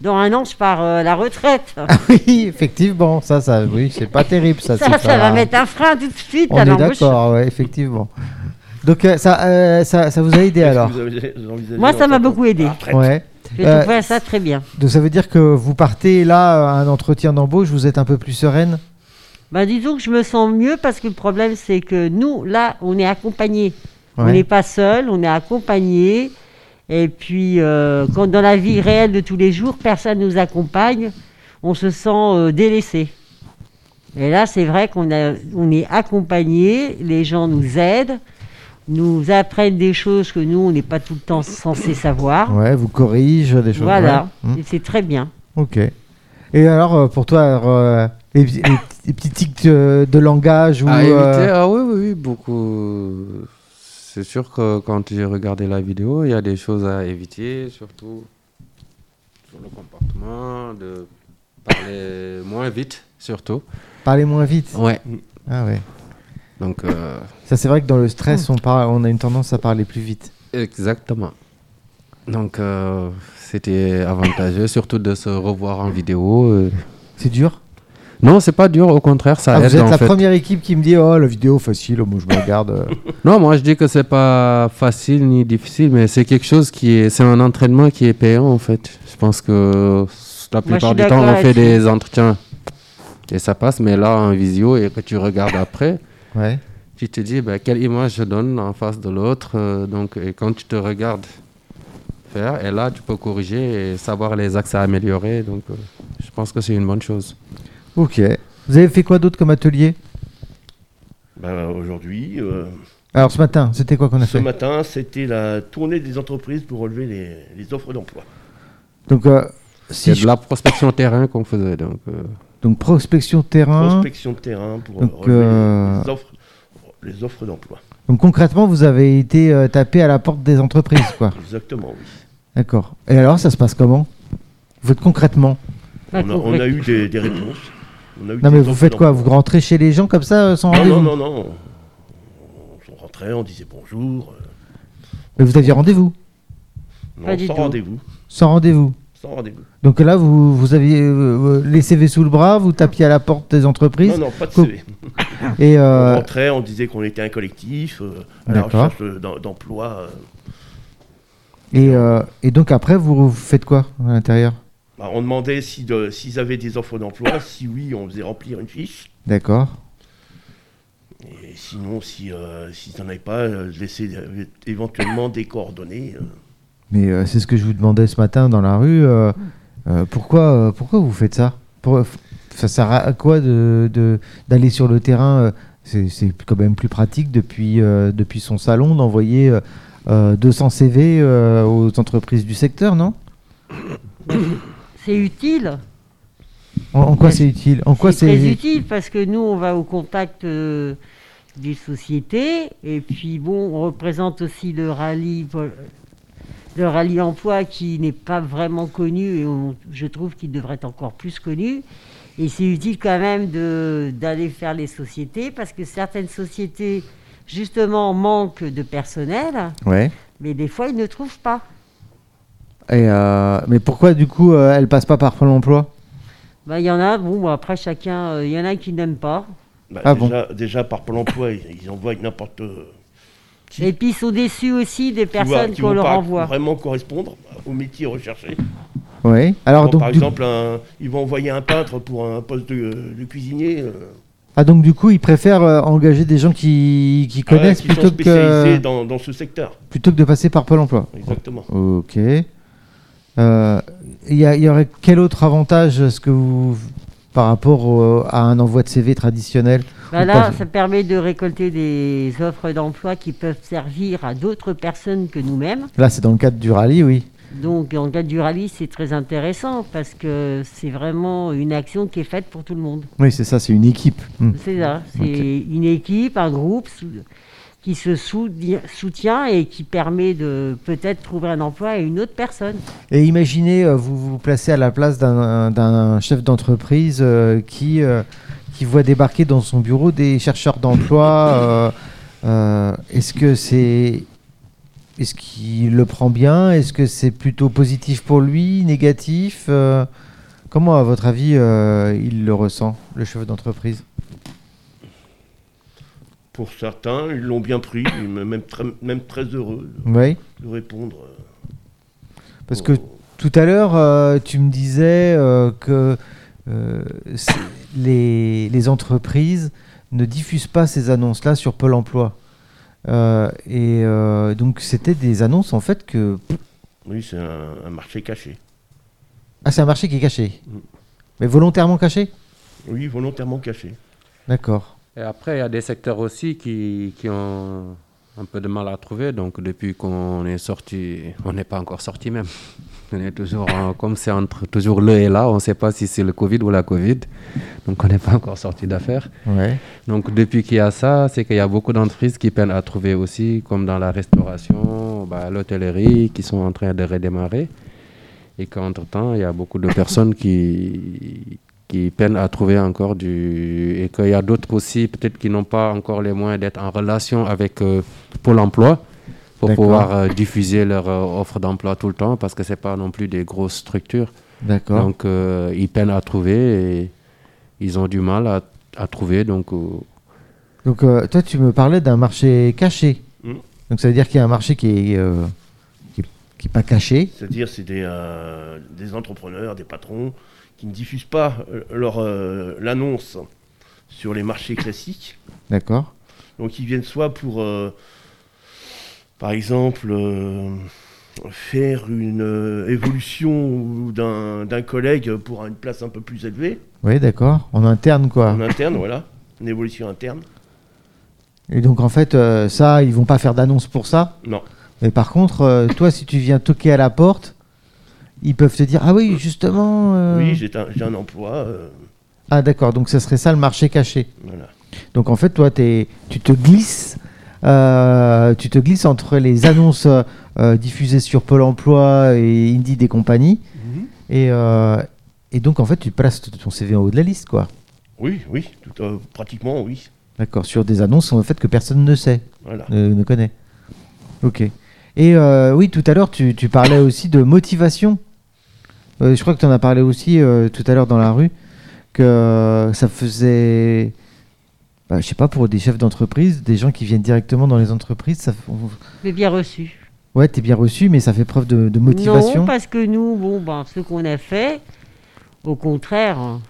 S1: dans un an je pars euh, à la retraite.
S2: Ah oui, effectivement, ça, ça, oui, c'est pas terrible, ça.
S1: Ça,
S2: c'est
S1: ça,
S2: pas-
S1: va mettre un frein tout de suite
S2: On
S1: à
S2: est
S1: l'embauche.
S2: d'accord, ouais, effectivement. Donc euh, ça, euh, ça, ça vous a aidé alors
S3: Est-ce que vous avez- vous envisagez
S1: Moi, ça m'a
S3: d'entendre-
S1: beaucoup aidé.
S3: Après,
S2: Ouais.
S1: J'ai
S2: Euh,
S1: trouvé ça très bien.
S2: Donc ça veut dire que vous partez là à un entretien d'embauche, vous êtes un peu plus sereine.
S1: Ben, disons que je me sens mieux parce que le problème, c'est que nous, là, on est accompagnés. On
S2: Ouais.
S1: n'est pas seul, on est accompagné. Et puis, euh, quand dans la vie réelle de tous les jours, personne nous accompagne, on se sent euh, délaissé. Et là, c'est vrai qu'on a- on est accompagné, les gens nous aident, nous apprennent des choses que nous, on n'est pas tout le temps censé savoir.
S2: Ouais, vous corrige des choses.
S1: voilà,
S2: ouais. Hmm.
S1: Et c'est très bien.
S2: Ok. Et alors euh, pour toi, euh, les, les- les petits tics euh, de, langage ou
S4: À éviter,
S2: euh,
S4: ah oui, oui, oui, beaucoup. C'est sûr que quand j'ai regardé la vidéo, il y a des choses à éviter, surtout sur le comportement, de parler moins vite, surtout.
S2: parler moins vite.
S4: Ouais.
S2: Ah ouais.
S4: Donc, euh,
S2: Ça c'est vrai que dans le stress,
S4: Oh.
S2: on parle, on a une tendance à parler plus vite.
S4: exactement. Donc, euh, c'était avantageux, surtout de se revoir en vidéo. euh.
S2: C'est dur.
S4: Non, c'est pas dur, au contraire,
S2: Ah,
S4: ça aide
S2: vous êtes
S4: en
S2: la
S4: fait.
S2: première équipe qui me dit oh la vidéo facile, oh, moi je me regarde. euh.
S4: Non, moi je dis que c'est pas facile ni difficile, mais c'est quelque chose qui est, c'est un entraînement qui est payant en fait. Je pense que la
S1: Moi, je
S4: plupart
S1: suis
S4: du temps on
S1: d'accord
S4: fait
S1: là-dessus.
S4: des entretiens et ça passe, mais là en visio et que tu regardes après,
S2: ouais.
S4: tu te dis bah, quelle image je donne en face de l'autre, euh, donc et quand tu te regardes faire, et là tu peux corriger et savoir les axes à améliorer, donc euh, je pense que c'est une bonne chose.
S2: Ok. Vous avez fait quoi d'autre comme atelier
S3: ben, Aujourd'hui, euh,
S2: Alors ce matin, c'était quoi qu'on a
S3: ce
S2: fait
S3: matin, c'était la tournée des entreprises pour relever les, les offres d'emploi.
S2: Donc euh, si
S4: C'est
S2: je-
S4: de la prospection terrain qu'on faisait, donc euh,
S2: donc prospection terrain.
S3: Prospection de terrain pour
S2: Donc,
S3: relever
S2: euh,
S3: les offres, les offres d'emploi.
S2: Donc concrètement, vous avez été euh, tapé à la porte des entreprises, quoi.
S3: Exactement, oui.
S2: D'accord. Et alors, ça se passe comment Vous faites concrètement
S1: Pas
S3: On a, on a eu des, des réponses. On a eu
S2: Non,
S3: des
S2: mais vous
S3: offres
S2: faites quoi Vous
S3: d'emploi.
S2: rentrez chez les gens comme ça, euh, sans rendez-vous
S3: Non, non, non, non. On, on rentrait, on disait bonjour. euh,
S2: Mais vous aviez rendez-vous
S3: non,
S1: Pas du
S3: sans
S1: tout.
S3: rendez-vous.
S2: Sans rendez-vous.
S3: Sans rendez-vous.
S2: Donc là, vous, vous aviez euh, euh, les CV sous le bras, vous tapiez à la porte des entreprises
S3: Non, non, pas de
S2: Cool.
S3: CV.
S2: et
S3: On
S2: euh,
S3: rentrait, on disait qu'on était un collectif, euh, à la
S2: D'accord.
S3: recherche euh, d'em- d'emploi. euh.
S2: et, euh, et donc après, vous, vous faites quoi à l'intérieur
S3: Bah, on demandait si de- s'ils avaient des offres d'emploi. si oui, on faisait remplir une fiche.
S2: D'accord.
S3: Et sinon, si, euh, s'ils n'en avaient pas, euh, laisser euh, éventuellement des coordonnées. euh.
S2: Mais euh, c'est ce que je vous demandais ce matin dans la rue. euh, euh, pourquoi, euh, pourquoi vous faites ça Pour- euh, Ça sert à quoi de- de- d'aller sur le terrain euh, C'est c'est quand même plus pratique depuis, euh, depuis son salon d'envoyer euh, euh, 200 CV euh, aux entreprises du secteur, non
S1: C'est utile.
S2: en, en quoi
S1: Mais
S2: c'est utile En quoi
S1: C'est très
S2: c'est
S1: utile parce que nous, on va au contact euh, des sociétés et puis bon, on représente aussi le rallye, vol- le rallye emploi qui n'est pas vraiment connu et on- je trouve qu'il devrait être encore plus connu. Et c'est utile quand même de- d'aller faire les sociétés parce que certaines sociétés, justement, manquent de personnel,
S2: Ouais.
S1: mais des fois, ils ne trouvent pas.
S2: Et, euh, mais pourquoi du coup euh, elle passe pas par Pôle Emploi
S1: Ben, Bah, Il y en a, bon, bah, après chacun, euh, il y en a qui n'aiment pas.
S3: Bah,
S2: Ah bon
S3: déjà, déjà, par Pôle emploi, ils, ils envoient avec n'importe. Si.
S1: Et puis ils sont déçus aussi des
S3: qui va-
S1: personnes
S3: qui
S1: qu'on
S3: vont
S1: leur
S3: pas
S1: envoie.
S3: vraiment correspondre au métier recherché.
S2: Oui. Alors,
S3: Quand,
S2: donc,
S3: par
S2: du...
S3: exemple, un- ils vont envoyer un peintre pour un poste de, de cuisinier. euh,
S2: ah, donc, du coup, ils préfèrent euh, engager des gens qui, qui
S3: ah ouais,
S2: connaissent
S3: qui sont
S2: plutôt,
S3: spécialisés
S2: que...
S3: dans, dans ce secteur.
S2: plutôt que de passer par Pôle emploi.
S3: Exactement.
S2: Ok. Euh, Il y, a- il y aurait quel autre avantage est-ce que vous, par rapport au- à un envoi de CV traditionnel
S1: Bah
S2: Ou
S1: là,
S2: pas-
S1: ça permet de récolter des offres d'emploi qui peuvent servir à d'autres personnes que nous-mêmes.
S2: Là, c'est dans le cadre du rallye, oui.
S1: Donc, en cas du rallye, c'est très intéressant parce que c'est vraiment une action qui est faite pour tout le monde.
S2: Oui, c'est ça, c'est une équipe. Hmm.
S1: C'est ça. C'est une équipe, un groupe sou- qui se soudi- soutient et qui permet de peut-être trouver un emploi à une autre personne.
S2: Et imaginez, euh, vous vous placez à la place d'un- d'un chef d'entreprise euh, qui, euh, qui voit débarquer dans son bureau des chercheurs d'emploi. euh, euh, Est-ce que c'est. Est-ce qu'il le prend bien Est-ce que c'est plutôt positif pour lui Négatif Euh, Comment, à votre avis, euh, il le ressent, le chef d'entreprise
S3: Pour certains, ils l'ont bien pris, ils me- même très, même très heureux
S2: Oui.
S3: de répondre. euh,
S2: Parce que
S3: aux-
S2: Tout à l'heure, euh, tu me disais euh, que euh, c'est- les, les entreprises ne diffusent pas ces annonces-là sur Pôle Emploi. Euh, et euh, donc, c'était des annonces en fait que.
S3: Oui, c'est un, un marché caché.
S2: Ah, c'est un marché qui est caché.
S3: Mm.
S2: Mais volontairement caché
S3: Oui, volontairement caché.
S2: D'accord.
S4: Et après, il y a des secteurs aussi qui, qui ont un peu de mal à trouver. Donc, depuis qu'on est sorti, on n'est pas encore sorti même. On est toujours, en- comme c'est entre toujours le et là, on ne sait pas si c'est le Covid ou la Covid. Donc, on n'est pas encore sorti d'affaires.
S2: Ouais.
S4: Donc, depuis qu'il y a ça, c'est qu'il y a beaucoup d'entreprises qui peinent à trouver aussi, comme dans la restauration, bah, l'hôtellerie, qui sont en train de redémarrer. Et qu'entre-temps, il y a beaucoup de personnes qui, qui peinent à trouver encore du. Et qu'il y a d'autres aussi, peut-être, qui n'ont pas encore les moyens d'être en relation avec euh, Pôle emploi pour
S2: D'accord.
S4: pouvoir euh, diffuser leur euh, offre d'emploi tout le temps, parce que ce n'est pas non plus des grosses structures.
S2: D'accord.
S4: Donc, euh, ils peinent à trouver et ils ont du mal à, à trouver. Donc, euh,
S2: Donc, euh, toi, tu me parlais d'un marché caché.
S3: Mm.
S2: Donc, ça veut dire qu'il y a un marché qui est, euh, qui est- qui est pas caché.
S3: C'est-à-dire, c'est des, euh, des entrepreneurs, des patrons qui ne diffusent pas euh, leur, euh, l'annonce sur les marchés classiques.
S2: D'accord.
S3: Donc ils viennent soit pour, euh, par exemple, euh, faire une euh, évolution ou d'un d'un collègue pour une place un peu plus élevée,
S2: Oui, d'accord. En interne, quoi.
S3: en interne, voilà, une évolution interne.
S2: Et donc en fait, euh, ça, ils vont pas faire d'annonce pour ça.
S3: Non.
S2: Mais par contre, euh, toi, si tu viens toquer à la porte, ils peuvent te dire ah oui, justement. euh,
S3: Oui, j'ai un, j'ai un emploi, euh,
S2: ah d'accord. Donc ça serait ça le marché caché.
S3: voilà.
S2: Donc en fait, toi, t'es- tu te glisses. euh, tu te glisses entre les annonces euh, euh, diffusées sur Pôle Emploi et Indeed et compagnie, et, euh, et donc en fait tu places t- ton CV en haut de la liste, quoi.
S3: Oui, oui, tout, euh, pratiquement oui,
S2: D'accord, sur des annonces en fait que personne ne sait.
S3: voilà.
S2: ne, ne connaît. Ok. Et euh, oui, tout à l'heure, tu, tu parlais aussi de motivation. Euh, je crois que tu en as parlé aussi euh, tout à l'heure dans la rue, que ça faisait, bah, je sais pas, pour des chefs d'entreprise, des gens qui viennent directement dans les entreprises, ça, f- on-
S1: Mais bien reçu.
S2: ouais, t'es bien reçu, mais ça fait preuve de, de
S1: Non,
S2: motivation.
S1: parce que nous, bon, ben, ce qu'on a fait, au contraire, hein,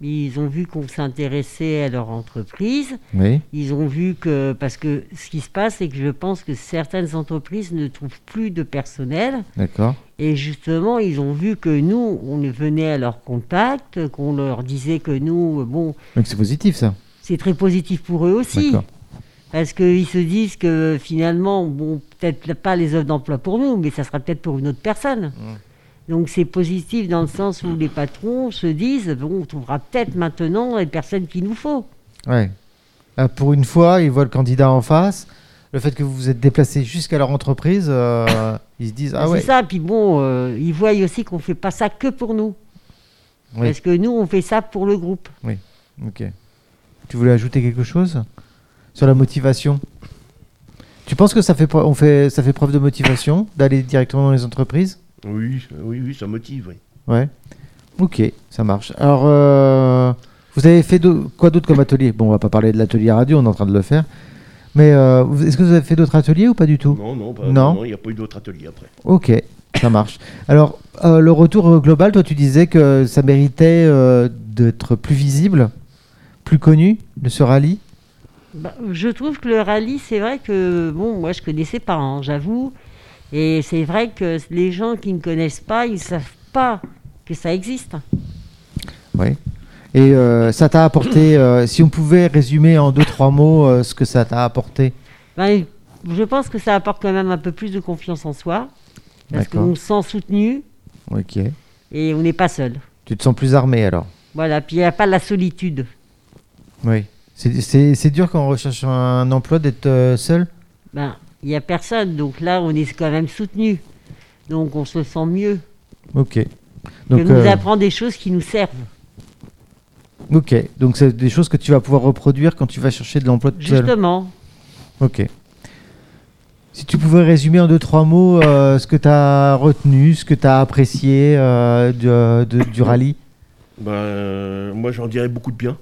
S1: ils ont vu qu'on s'intéressait à leur entreprise.
S2: Oui,
S1: Ils ont vu que. Parce que ce qui se passe, c'est que je pense que certaines entreprises ne trouvent plus de personnel.
S2: d'accord.
S1: Et justement, ils ont vu que nous, on venait à leur contact, qu'on leur disait que nous, euh, bon,
S2: Donc c'est positif ça.
S1: c'est très positif pour eux aussi.
S2: D'accord.
S1: Parce qu'ils se disent que finalement, bon, peut-être pas les offres d'emploi pour nous, mais ça sera peut-être pour une autre personne. Donc c'est positif dans le sens où les patrons se disent, bon, on trouvera peut-être maintenant les personnes qu'il nous faut.
S2: Ouais. Euh, pour une fois, ils voient le candidat en face. Le fait que vous vous êtes déplacé jusqu'à leur entreprise, euh, ils se disent ah
S1: c'est
S2: ouais.
S1: ça, puis bon, euh, ils voient aussi qu'on ne fait pas ça que pour nous.
S2: Oui.
S1: Parce que nous, on fait ça pour le groupe.
S2: Ok. Tu voulais ajouter quelque chose sur la motivation Tu penses que ça fait, preu- on fait, ça fait preuve de motivation d'aller directement dans les entreprises
S3: Oui, oui, oui, ça motive, oui.
S2: Ouais. Ok, ça marche. Alors, euh, Vous avez fait d'au- quoi d'autre comme atelier Bon, on va pas parler de l'atelier radio, on est en train de le faire. Mais euh, vous- est-ce que vous avez fait d'autres ateliers ou pas du tout
S3: Non, non, pas-
S2: Non.
S3: non, il n'y a pas eu d'autres ateliers après.
S2: Ok, ça marche. Alors, euh, le retour euh, global, toi, tu disais que ça méritait euh, d'être plus visible, plus connu, de ce rallye.
S1: Bah, je trouve que le rallye, c'est vrai que, bon, moi je connaissais pas, hein, j'avoue. Et c'est vrai que les gens qui ne connaissent pas, ils savent pas que ça existe.
S2: Oui. Et euh, ça t'a apporté, euh, si on pouvait résumer en deux, trois mots euh, ce que ça t'a apporté.
S1: Ben, je pense que ça apporte quand même un peu plus de confiance en soi, parce
S2: D'accord.
S1: qu'on se sent soutenu
S2: Ok.
S1: et on n'est pas seul.
S2: Tu te sens plus armé alors
S1: Voilà, puis il n'y a pas la solitude.
S2: Oui. C'est- C'est c'est dur quand on recherche un emploi d'être euh, seul
S1: Ben, il n'y a personne, donc là on est quand même soutenu. Donc on se sent mieux.
S2: Ok.
S1: Que
S2: Donc,
S1: nous
S2: euh,
S1: apprend des choses qui nous servent.
S2: ok. Donc c'est des choses que tu vas pouvoir reproduire quand tu vas chercher de l'emploi tout seul.
S1: Justement,
S2: Ok. Si tu pouvais résumer en deux, trois mots euh, ce que tu as retenu, ce que tu as apprécié euh, du, euh, de- du rallye.
S3: Bah, euh, moi, j'en dirais beaucoup de bien.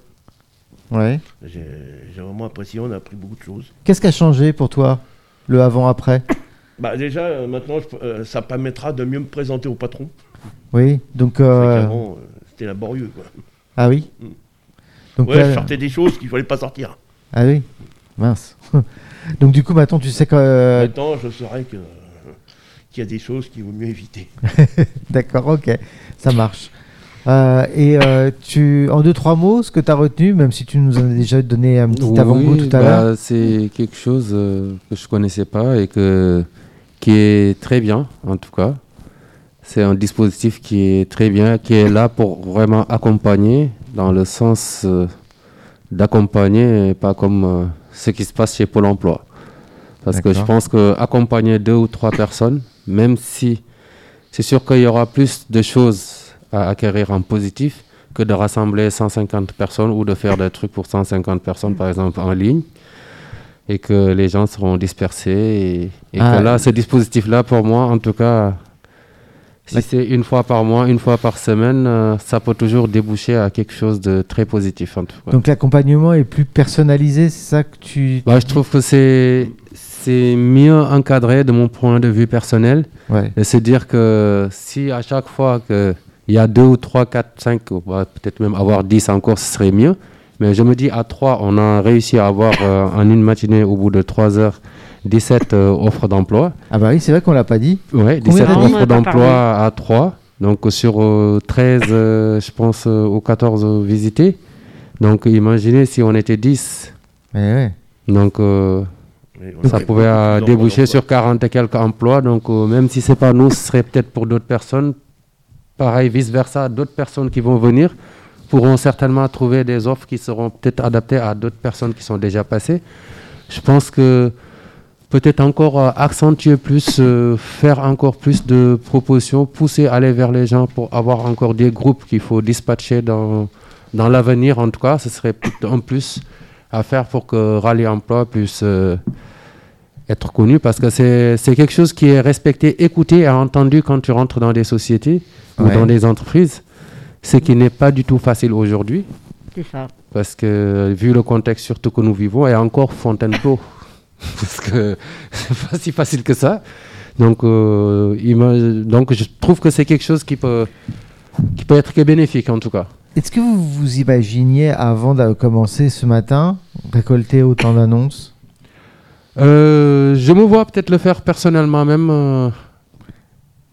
S2: Ouais.
S3: J'ai j'ai vraiment apprécié, on a appris beaucoup de choses.
S2: Qu'est-ce qui a changé pour toi, le avant-après
S3: Bah, déjà, euh, maintenant, je- euh, ça permettra de mieux me présenter au patron.
S2: Oui, donc...
S3: Parce
S2: euh,
S3: qu'avant, euh, C'était laborieux. Quoi.
S2: ah oui
S3: Mm.
S2: donc,
S3: Ouais, je
S2: là-
S3: sortais des choses qu'il ne fallait pas sortir.
S2: Ah oui Mince. donc du coup, maintenant, tu sais que... euh,
S3: Maintenant, je saurais que, euh, qu'il y a des choses qu'il vaut mieux éviter.
S2: D'accord, ok, ça marche. Euh, et euh, tu, en deux, trois mots, ce que tu as retenu, même si tu nous en as déjà donné un petit
S4: Oui,
S2: avant-goût tout à
S4: bah,
S2: l'heure.
S4: C'est quelque chose euh, que je connaissais pas et que, qui est très bien, en tout cas. C'est un dispositif qui est très bien, qui est là pour vraiment accompagner, dans le sens euh, d'accompagner, et pas comme euh, ce qui se passe chez Pôle emploi. Parce que je
S2: D'accord.
S4: pense que accompagner deux ou trois personnes, même si c'est sûr qu'il y aura plus de choses à acquérir en positif que de rassembler 150 personnes ou de faire des trucs pour 150 personnes, par exemple, en ligne, et que les gens seront dispersés. Et, et
S2: Ah.
S4: que là, ce dispositif-là, pour moi, en tout cas, si
S2: D'ac-
S4: c'est une fois par mois, une fois par semaine, euh, ça peut toujours déboucher à quelque chose de très positif, en tout cas.
S2: Donc l'accompagnement est plus personnalisé, c'est ça que tu.
S4: Bah, je trouve que c'est c'est mieux encadré de mon point de vue personnel
S2: Ouais.
S4: de se dire que si à chaque fois qu'il y a deux ou trois, quatre, cinq, ou bah, peut-être même avoir dix encore, ce serait mieux. Mais je me dis à trois, on a réussi à avoir euh, en une matinée, au bout de trois heures, 17 euh, offres d'emploi.
S2: Ah bah oui, c'est vrai qu'on l'a pas dit. Combien
S4: Ouais, 17
S2: t'as
S1: On
S2: dit
S1: en a
S4: offres
S1: pas
S4: d'emploi à trois. Donc euh, sur euh, 13, euh, je pense, euh, ou 14 euh, visités. Donc imaginez si on était 10.
S2: Mais ouais.
S4: Donc. euh,
S3: Mais on
S4: ça
S3: avait beaucoup
S4: pouvait euh,
S3: d'emplois
S4: déboucher
S3: d'emploi.
S4: sur 40 et quelques emplois. Donc, euh, même si c'est pas nous, ce serait peut-être pour d'autres personnes. Pareil, vice-versa, d'autres personnes qui vont venir pourront certainement trouver des offres qui seront peut-être adaptées à d'autres personnes qui sont déjà passées. Je pense que peut-être encore euh, accentuer plus, euh, faire encore plus de propositions, pousser, aller vers les gens pour avoir encore des groupes qu'il faut dispatcher dans, dans l'avenir. En tout cas, ce serait peut-être un plus à faire pour que Rallye Emploi puisse euh, être connu parce que c'est c'est quelque chose qui est respecté, écouté et entendu quand tu rentres dans des sociétés ou
S2: Ouais.
S4: dans des entreprises, ce qui n'est pas du tout facile aujourd'hui
S1: c'est ça.
S4: parce que vu le contexte surtout que nous vivons, et encore Fontainebleau, parce que c'est pas si facile que ça. Donc, euh, ima- donc je trouve que c'est quelque chose qui peut, qui peut être que bénéfique en tout cas.
S2: Est-ce que vous vous imaginiez avant de commencer ce matin récolter autant d'annonces
S4: Euh, je me vois peut-être le faire personnellement même. euh,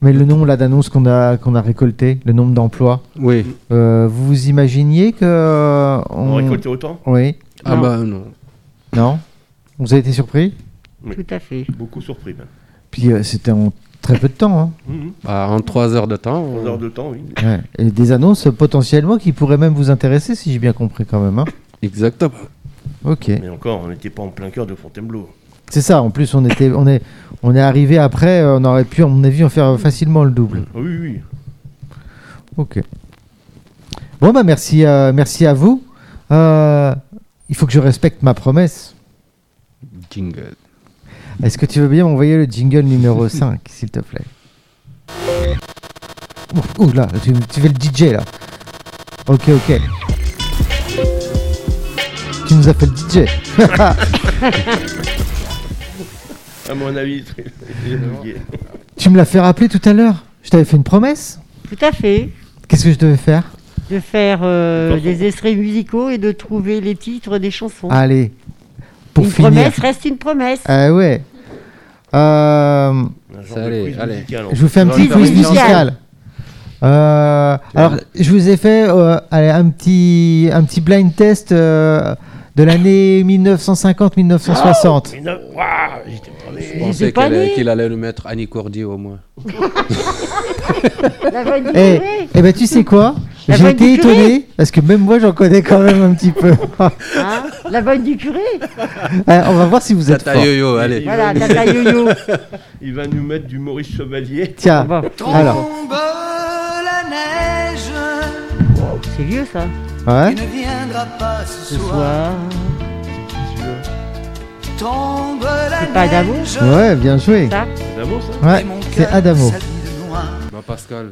S2: Mais le nombre là d'annonces qu'on a qu'on a récolté, le nombre d'emplois,
S4: oui.
S2: euh, vous vous imaginiez que euh,
S3: On
S2: on...
S3: récoltait autant
S2: Oui.
S4: Ah
S1: Non.
S4: bah non.
S2: Non. Vous avez été surpris
S1: Tout à fait.
S3: Beaucoup surpris, même.
S2: Puis euh, c'était en très peu de temps. Hein.
S3: Mhm.
S4: Bah, en trois heures de temps.
S3: Trois
S2: Mmh.
S4: on-
S3: heures de temps, oui.
S2: Ouais, et des annonces euh, potentiellement qui pourraient même vous intéresser, si j'ai bien compris quand même. hein.
S4: euh, Exactement.
S2: Ok.
S3: Mais encore, on n'était pas en plein cœur de Fontainebleau.
S2: C'est ça. En plus, on était, on est, on est arrivé après. euh, On aurait pu, à mon avis, en faire facilement le double.
S3: Ah oui, oui.
S2: Ok. Bon bah merci, euh, merci à vous. Euh, il faut que je respecte ma promesse.
S4: Jingle.
S2: Est-ce que tu veux bien m'envoyer le jingle numéro 5, s'il te plaît Ouh ouh, là, tu, tu fais le DJ là. Ok, ok. tu nous appelles DJ.
S3: À mon avis, très- il est bugué.
S2: tu me l'as fait rappeler tout à l'heure. Je t'avais fait une promesse.
S1: Tout à fait.
S2: Qu'est-ce que je devais faire
S1: De faire euh,
S3: Parfait.
S1: des extraits musicaux et de trouver les titres des chansons.
S2: Allez, Ah, pour
S1: une
S2: finir.
S1: promesse reste une promesse.
S2: Ah ouais. Euh,
S3: Un genre
S4: Ça, allez,
S3: de quiz
S4: allez.
S3: musical, en
S2: je vous fais un
S4: Dans
S2: petit
S4: le
S2: quiz
S1: quiz musical.
S2: musical. Euh, alors, je vous ai fait euh, allez, un, petit, un petit blind test euh, de l'année 1950-1960.
S3: Mais non, waouh, j'étais pas né.
S4: Je
S1: J'étais
S4: pensais
S1: pas
S4: qu'elle-
S1: née.
S4: qu'il allait nous mettre Annie Cordy au moins.
S1: La voix du
S2: Eh
S1: curé,
S2: eh ben, tu sais quoi
S1: La
S2: J'ai
S1: bonne
S2: été
S1: du curé.
S2: étonné parce que même moi j'en connais quand même un petit peu.
S1: hein, la bonne du curé.
S2: Euh, on va voir si vous êtes
S4: Tata
S2: fort.
S4: yo-yo, allez.
S1: Voilà, Tata Yo-Yo.
S3: Il va nous mettre du Maurice Chevalier.
S2: Tiens,
S1: Bon,
S2: alors,
S6: Tombe la neige,
S1: c'est vieux ça.
S2: ouais.
S6: qui ne viendra pas ce
S1: Ce
S6: soir.
S1: soir,
S6: Tombe la
S1: C'est pas Adamo
S6: neige,
S2: ouais, bien joué.
S1: ça.
S3: C'est d'amour, ça
S6: et
S2: Ouais,
S6: mon
S2: c'est
S6: cœur
S2: Adamo.
S6: s'habille de noir.
S4: Bah, Pascal.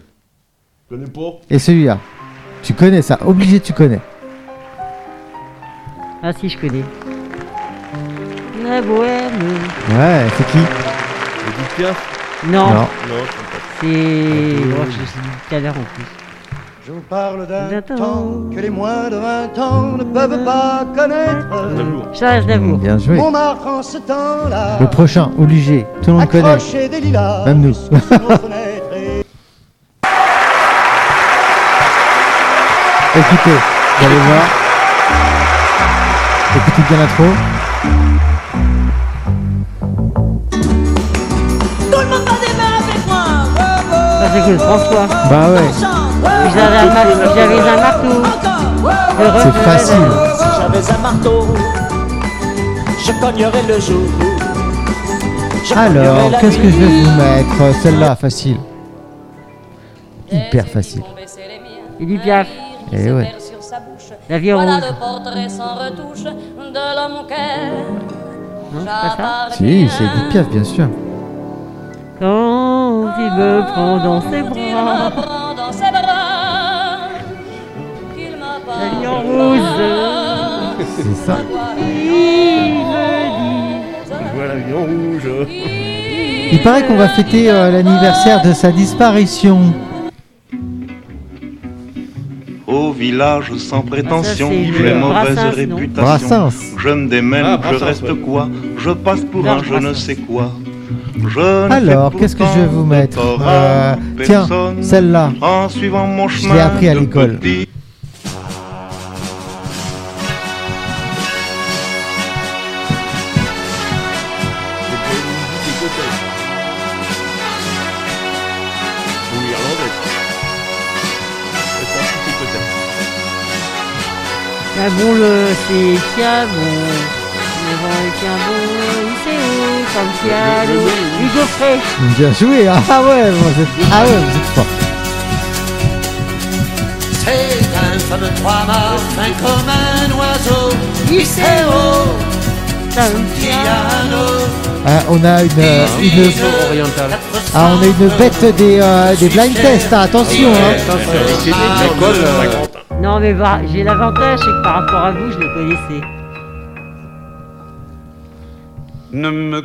S3: Je connais pas.
S2: Et celui-là, tu connais ça, obligé tu connais.
S1: Ah si, je connais. La bohème.
S2: Ouais, c'est qui
S3: Le Gustave
S1: Non,
S2: Non. Ah,
S3: Non, je comprends pas.
S1: c'est. Oh, je sais tout à l'heure en plus.
S6: Je vous parle
S1: D'un
S6: d'un
S1: temps
S6: temps que les moins de 20 ans ne peuvent pas connaître.
S3: D'amour.
S1: Charles
S2: Mm,
S1: Aznavour.
S2: Bien joué.
S6: Montmartre en ce temps-là.
S2: Le prochain, obligé, tout le monde connaît.
S6: accrochait des lilas.
S2: Même nous.
S6: sous nos fenêtres et-
S2: Écoutez, vous allez voir. Écoutez bien l'intro.
S7: Tout le monde va des mains avec moi.
S1: Ah, c'est cool, François.
S2: Bah ouais,
S1: J'avais un, mar- j'avais un marteau. Heureux
S2: c'est
S1: de-
S2: facile.
S8: Si j'avais un marteau, je cognerais le jour. Je cognerais
S2: Alors,
S8: la
S2: qu'est-ce que je vais
S8: nuit.
S2: vous mettre Euh, Celle-là, facile. Hyper facile.
S1: Élie Piaf.
S2: Eh
S9: Et
S2: ouais.
S9: ouais.
S1: La vie en
S9: voilà
S1: rouge. hein,
S9: le portrait sans retouche de l'homme auquel
S1: Non, c'est pas ça
S2: Si, c'est Edith Piaf, bien sûr.
S1: Quand il me
S9: Ah.
S1: prend dans ses bras. La vie en rose.
S2: C'est ça.
S1: Il me dit.
S3: Voilà, l'avion rouge.
S2: Il paraît qu'on va fêter euh, l'anniversaire de sa disparition.
S10: Au village sans prétention,
S1: Ah, ça, c'est
S10: j'ai
S1: le
S10: mauvaise
S1: Brassens, non
S10: réputation.
S2: Brassens.
S10: Je me démène,
S3: Ah,
S10: je
S3: Brassens,
S10: reste
S3: ouais.
S10: quoi Je passe pour
S1: Georges
S10: un je ne
S1: Brassens.
S10: sais quoi. Je ne
S2: Alors,
S10: fais
S2: qu'est-ce que je vais vous
S10: pourtant
S2: mettre
S10: de tort
S2: Euh,
S10: à
S2: Tiens,
S10: personne.
S2: celle-là.
S10: En suivant mon chemin.
S2: l'ai appris à
S10: de
S2: l'école.
S10: petit.
S3: C'est écossais. Ou irlandais. Je pense que c'est écossais.
S1: Ah bon, le. C'est tiens bon. Le vent est tiens bon. Il sait où, comme tiens
S3: Le- le-
S1: l'eau. Hugo Frey.
S2: Bien joué. Ah ouais, vous êtes, ah ouais, vous êtes fort.
S6: C'est un feu de trois mâts, fin comme un oiseau. Il sait haut,
S1: Tiens,
S6: il y a un autre.
S2: Ah, on a une, euh, une,
S4: Oriental.
S2: ah, on a une bête des, euh, des blind tests. ah, attention. hein.
S3: C'est l'école de Saint-Quentin.
S1: Non mais bah, j'ai l'avantage, c'est que par rapport à vous, je le connaissais.
S10: Ne me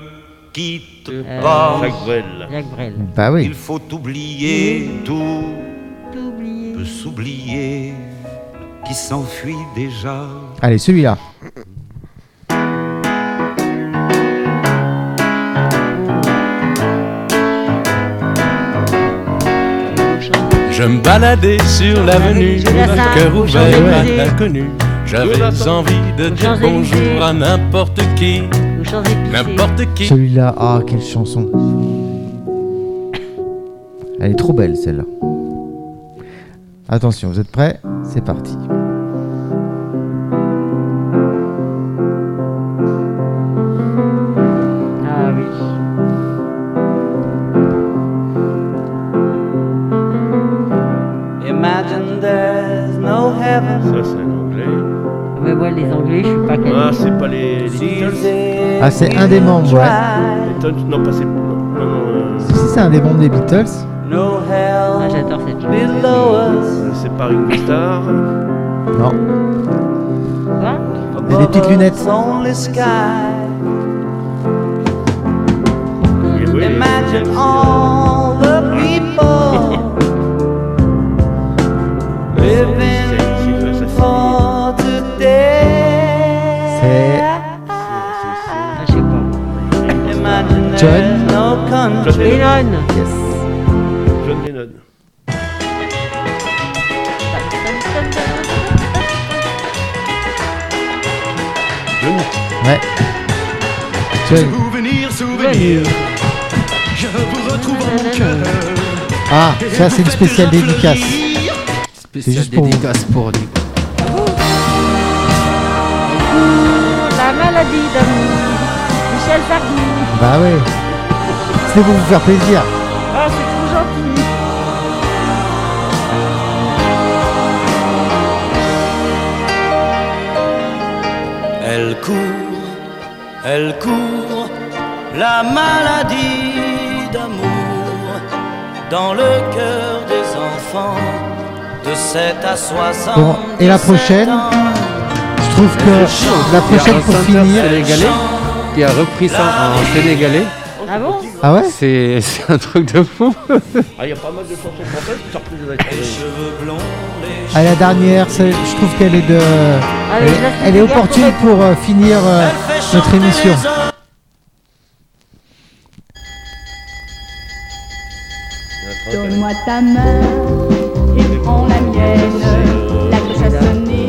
S10: quitte
S1: Euh,
S10: pas.
S3: Jacques Brel.
S1: Jacques Brel.
S2: Bah oui.
S10: Il faut oublier tout,
S1: T'oublies.
S10: peut s'oublier, qui s'enfuit déjà.
S2: Allez, celui-là.
S11: Je me baladais sur l'avenue,
S1: Jonathan,
S11: cœur
S1: aux
S11: ouvert à
S1: Champs-Élysées.
S11: l'inconnu. J'avais
S3: Jonathan.
S11: envie de
S1: Aux
S11: dire
S1: Champs-Élysées.
S11: bonjour à n'importe qui,
S1: Aux Champs-Épicés.
S11: n'importe qui.
S2: Celui-là, ah, quelle chanson. Elle est trop belle, celle-là. Attention, vous êtes prêts C'est parti.
S1: Ah oui.
S8: Imagine there's no heaven.
S3: Ça, c'est un anglais.
S1: Ah, Mais moi, les Anglais, je suis pas calé.
S3: Ah, c'est pas les, les Beatles.
S2: Ah, c'est un des membres, ouais.
S3: Les Beatles, Non, pas c'est. Non, non,
S2: Si c'est un des membres des Beatles,
S8: No
S1: Ah,
S8: hell
S1: j'adore cette chanson.
S8: below us.
S3: euh, c'est pas Ringo Starr.
S2: non.
S1: Quoi
S3: Ah,
S2: Et des petites lunettes.
S12: on the sky. Imagine all the people living for today.
S2: C'est
S1: Ah,
S12: Imagine
S2: John.
S12: there's no country.
S3: John Lennon.
S2: Ouais. John.
S11: Souvenir, souvenir. Je vous retrouve en mon cœur.
S2: Ah, ça c'est une spéciale dédicace. C'est
S4: Spéciale
S2: juste pour vous.
S4: dédicace pour Nico.
S1: La maladie d'amour. Michel Sardou.
S2: Bah ouais. C'est pour vous faire plaisir.
S1: Ah, c'est trop gentil.
S6: Elle court, elle court, la maladie d'amour dans le cœur des enfants de 7 à 60.
S2: Bon, et la prochaine Je trouve que la prochaine pour finir.
S4: sénégalais qui a repris ça en sénégalais.
S1: Ah bon
S2: Ah ouais
S4: C'est c'est un truc de fou.
S3: Ah, il y a pas mal de chansons françaises qui sont reprises des acteurs.
S2: À la dernière, c'est- je trouve qu'elle est de. Elle,
S1: Ah je la
S2: est- elle est opportune pour euh, finir euh, notre émission.
S7: Donne-moi ta main et prends la mienne. La cloche a sonné.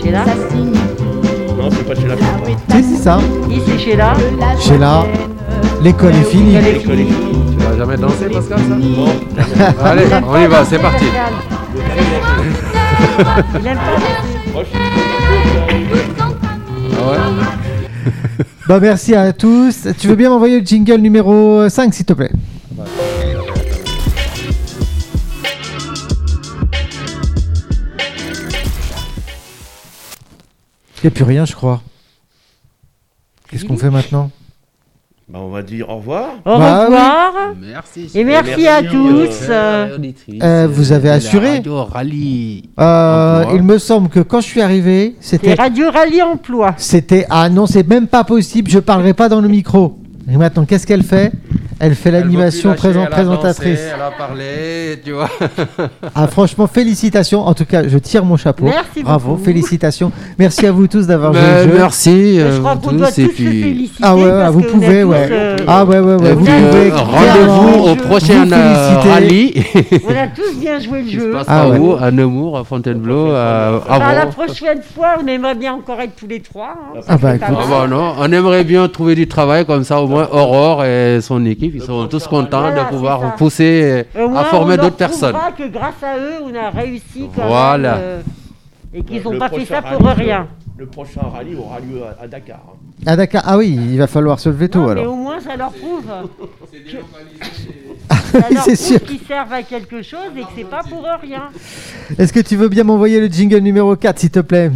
S1: Sheila
S7: Ça signifie
S3: Non, c'est pas chez la chance.
S2: Si, c'est ça.
S1: Qui c'est Sheila
S7: la
S2: Sheila, l'école est finie.
S4: Tu vas jamais danser, Pascal, ça Allez, on y va, c'est parti.
S1: Il aime pas
S2: Bah, merci à tous. Tu veux bien m'envoyer le jingle numéro 5, s'il te plaît Il n'y a plus rien, je crois. Qu'est-ce qu'on fait maintenant
S3: Bah, on va dire au revoir.
S1: Au
S2: Bah oui.
S1: revoir.
S4: Merci.
S1: Et merci, à tous. euh,
S2: Euh, vous avez assuré Euh,
S4: Emploi.
S2: Il me semble que quand je suis arrivé,
S1: C'était
S2: c'était.
S1: Radio Rallye Emploi.
S2: C'était. Ah non, c'est même pas possible, je parlerai pas dans le micro. Et maintenant, qu'est-ce qu'elle fait Elle fait l'animation présent- présentatrice.
S5: Elle a parlé, tu vois.
S2: Ah, franchement, félicitations. En tout cas, je tire mon chapeau.
S1: Merci
S2: Bravo,
S1: beaucoup.
S2: félicitations. Merci à vous tous d'avoir joué
S4: Mais
S2: le jeu.
S4: merci.
S1: Je
S4: euh,
S1: crois
S4: vous
S1: qu'on doit
S4: tous,
S1: tous
S4: et
S1: se
S4: puis-
S1: féliciter.
S2: Ah ouais, ouais,
S1: parce
S2: vous
S1: que on a
S2: pouvez,
S1: tous,
S2: ouais.
S1: euh,
S2: Ah ouais, ouais, ouais.
S4: Et
S2: Vous
S4: puis,
S2: pouvez.
S4: euh, Rendez-vous
S2: clairement
S4: au prochain
S2: vous
S4: euh,
S2: féliciter.
S4: rallye.
S1: On a tous bien joué le
S4: Qui se
S1: jeu.
S4: passe
S2: Ah
S4: à
S2: ouais.
S4: Meaux, à Nemours, à Fontainebleau, à à
S1: Bah, la
S4: Rouen.
S1: prochaine fois, on aimerait bien encore être tous les trois. hein.
S2: Ah bah,
S1: C'est pas
S2: écoute.
S4: Ah
S1: mal.
S4: bah non, on aimerait bien trouver du travail comme ça, au moins Aurore et son équipe, ils seront tous contents
S1: Voilà,
S4: de
S1: c'est ça.
S4: pouvoir pousser
S1: Au moins,
S4: à
S1: on
S4: former
S1: leur
S4: d'autres personnes.
S1: prouvera que grâce à eux, on a réussi. Quand
S4: Voilà.
S1: même, euh, et qu'ils
S3: Le
S1: n'ont pas fait ça
S3: prochain
S1: pour
S3: rallye, euh,
S1: rien.
S3: Le prochain rallye aura lieu à, à Dakar. hein.
S2: Ah d'accord. Ah oui, il va falloir se lever tôt
S1: Non, mais
S2: alors.
S1: au moins, ça leur prouve.
S2: Oui,
S1: Ça leur
S2: Ah, c'est sûr.
S1: prouve qu'ils servent à quelque chose et que c'est pas pour rien.
S2: Est-ce que tu veux bien m'envoyer le jingle numéro 4, s'il te plaît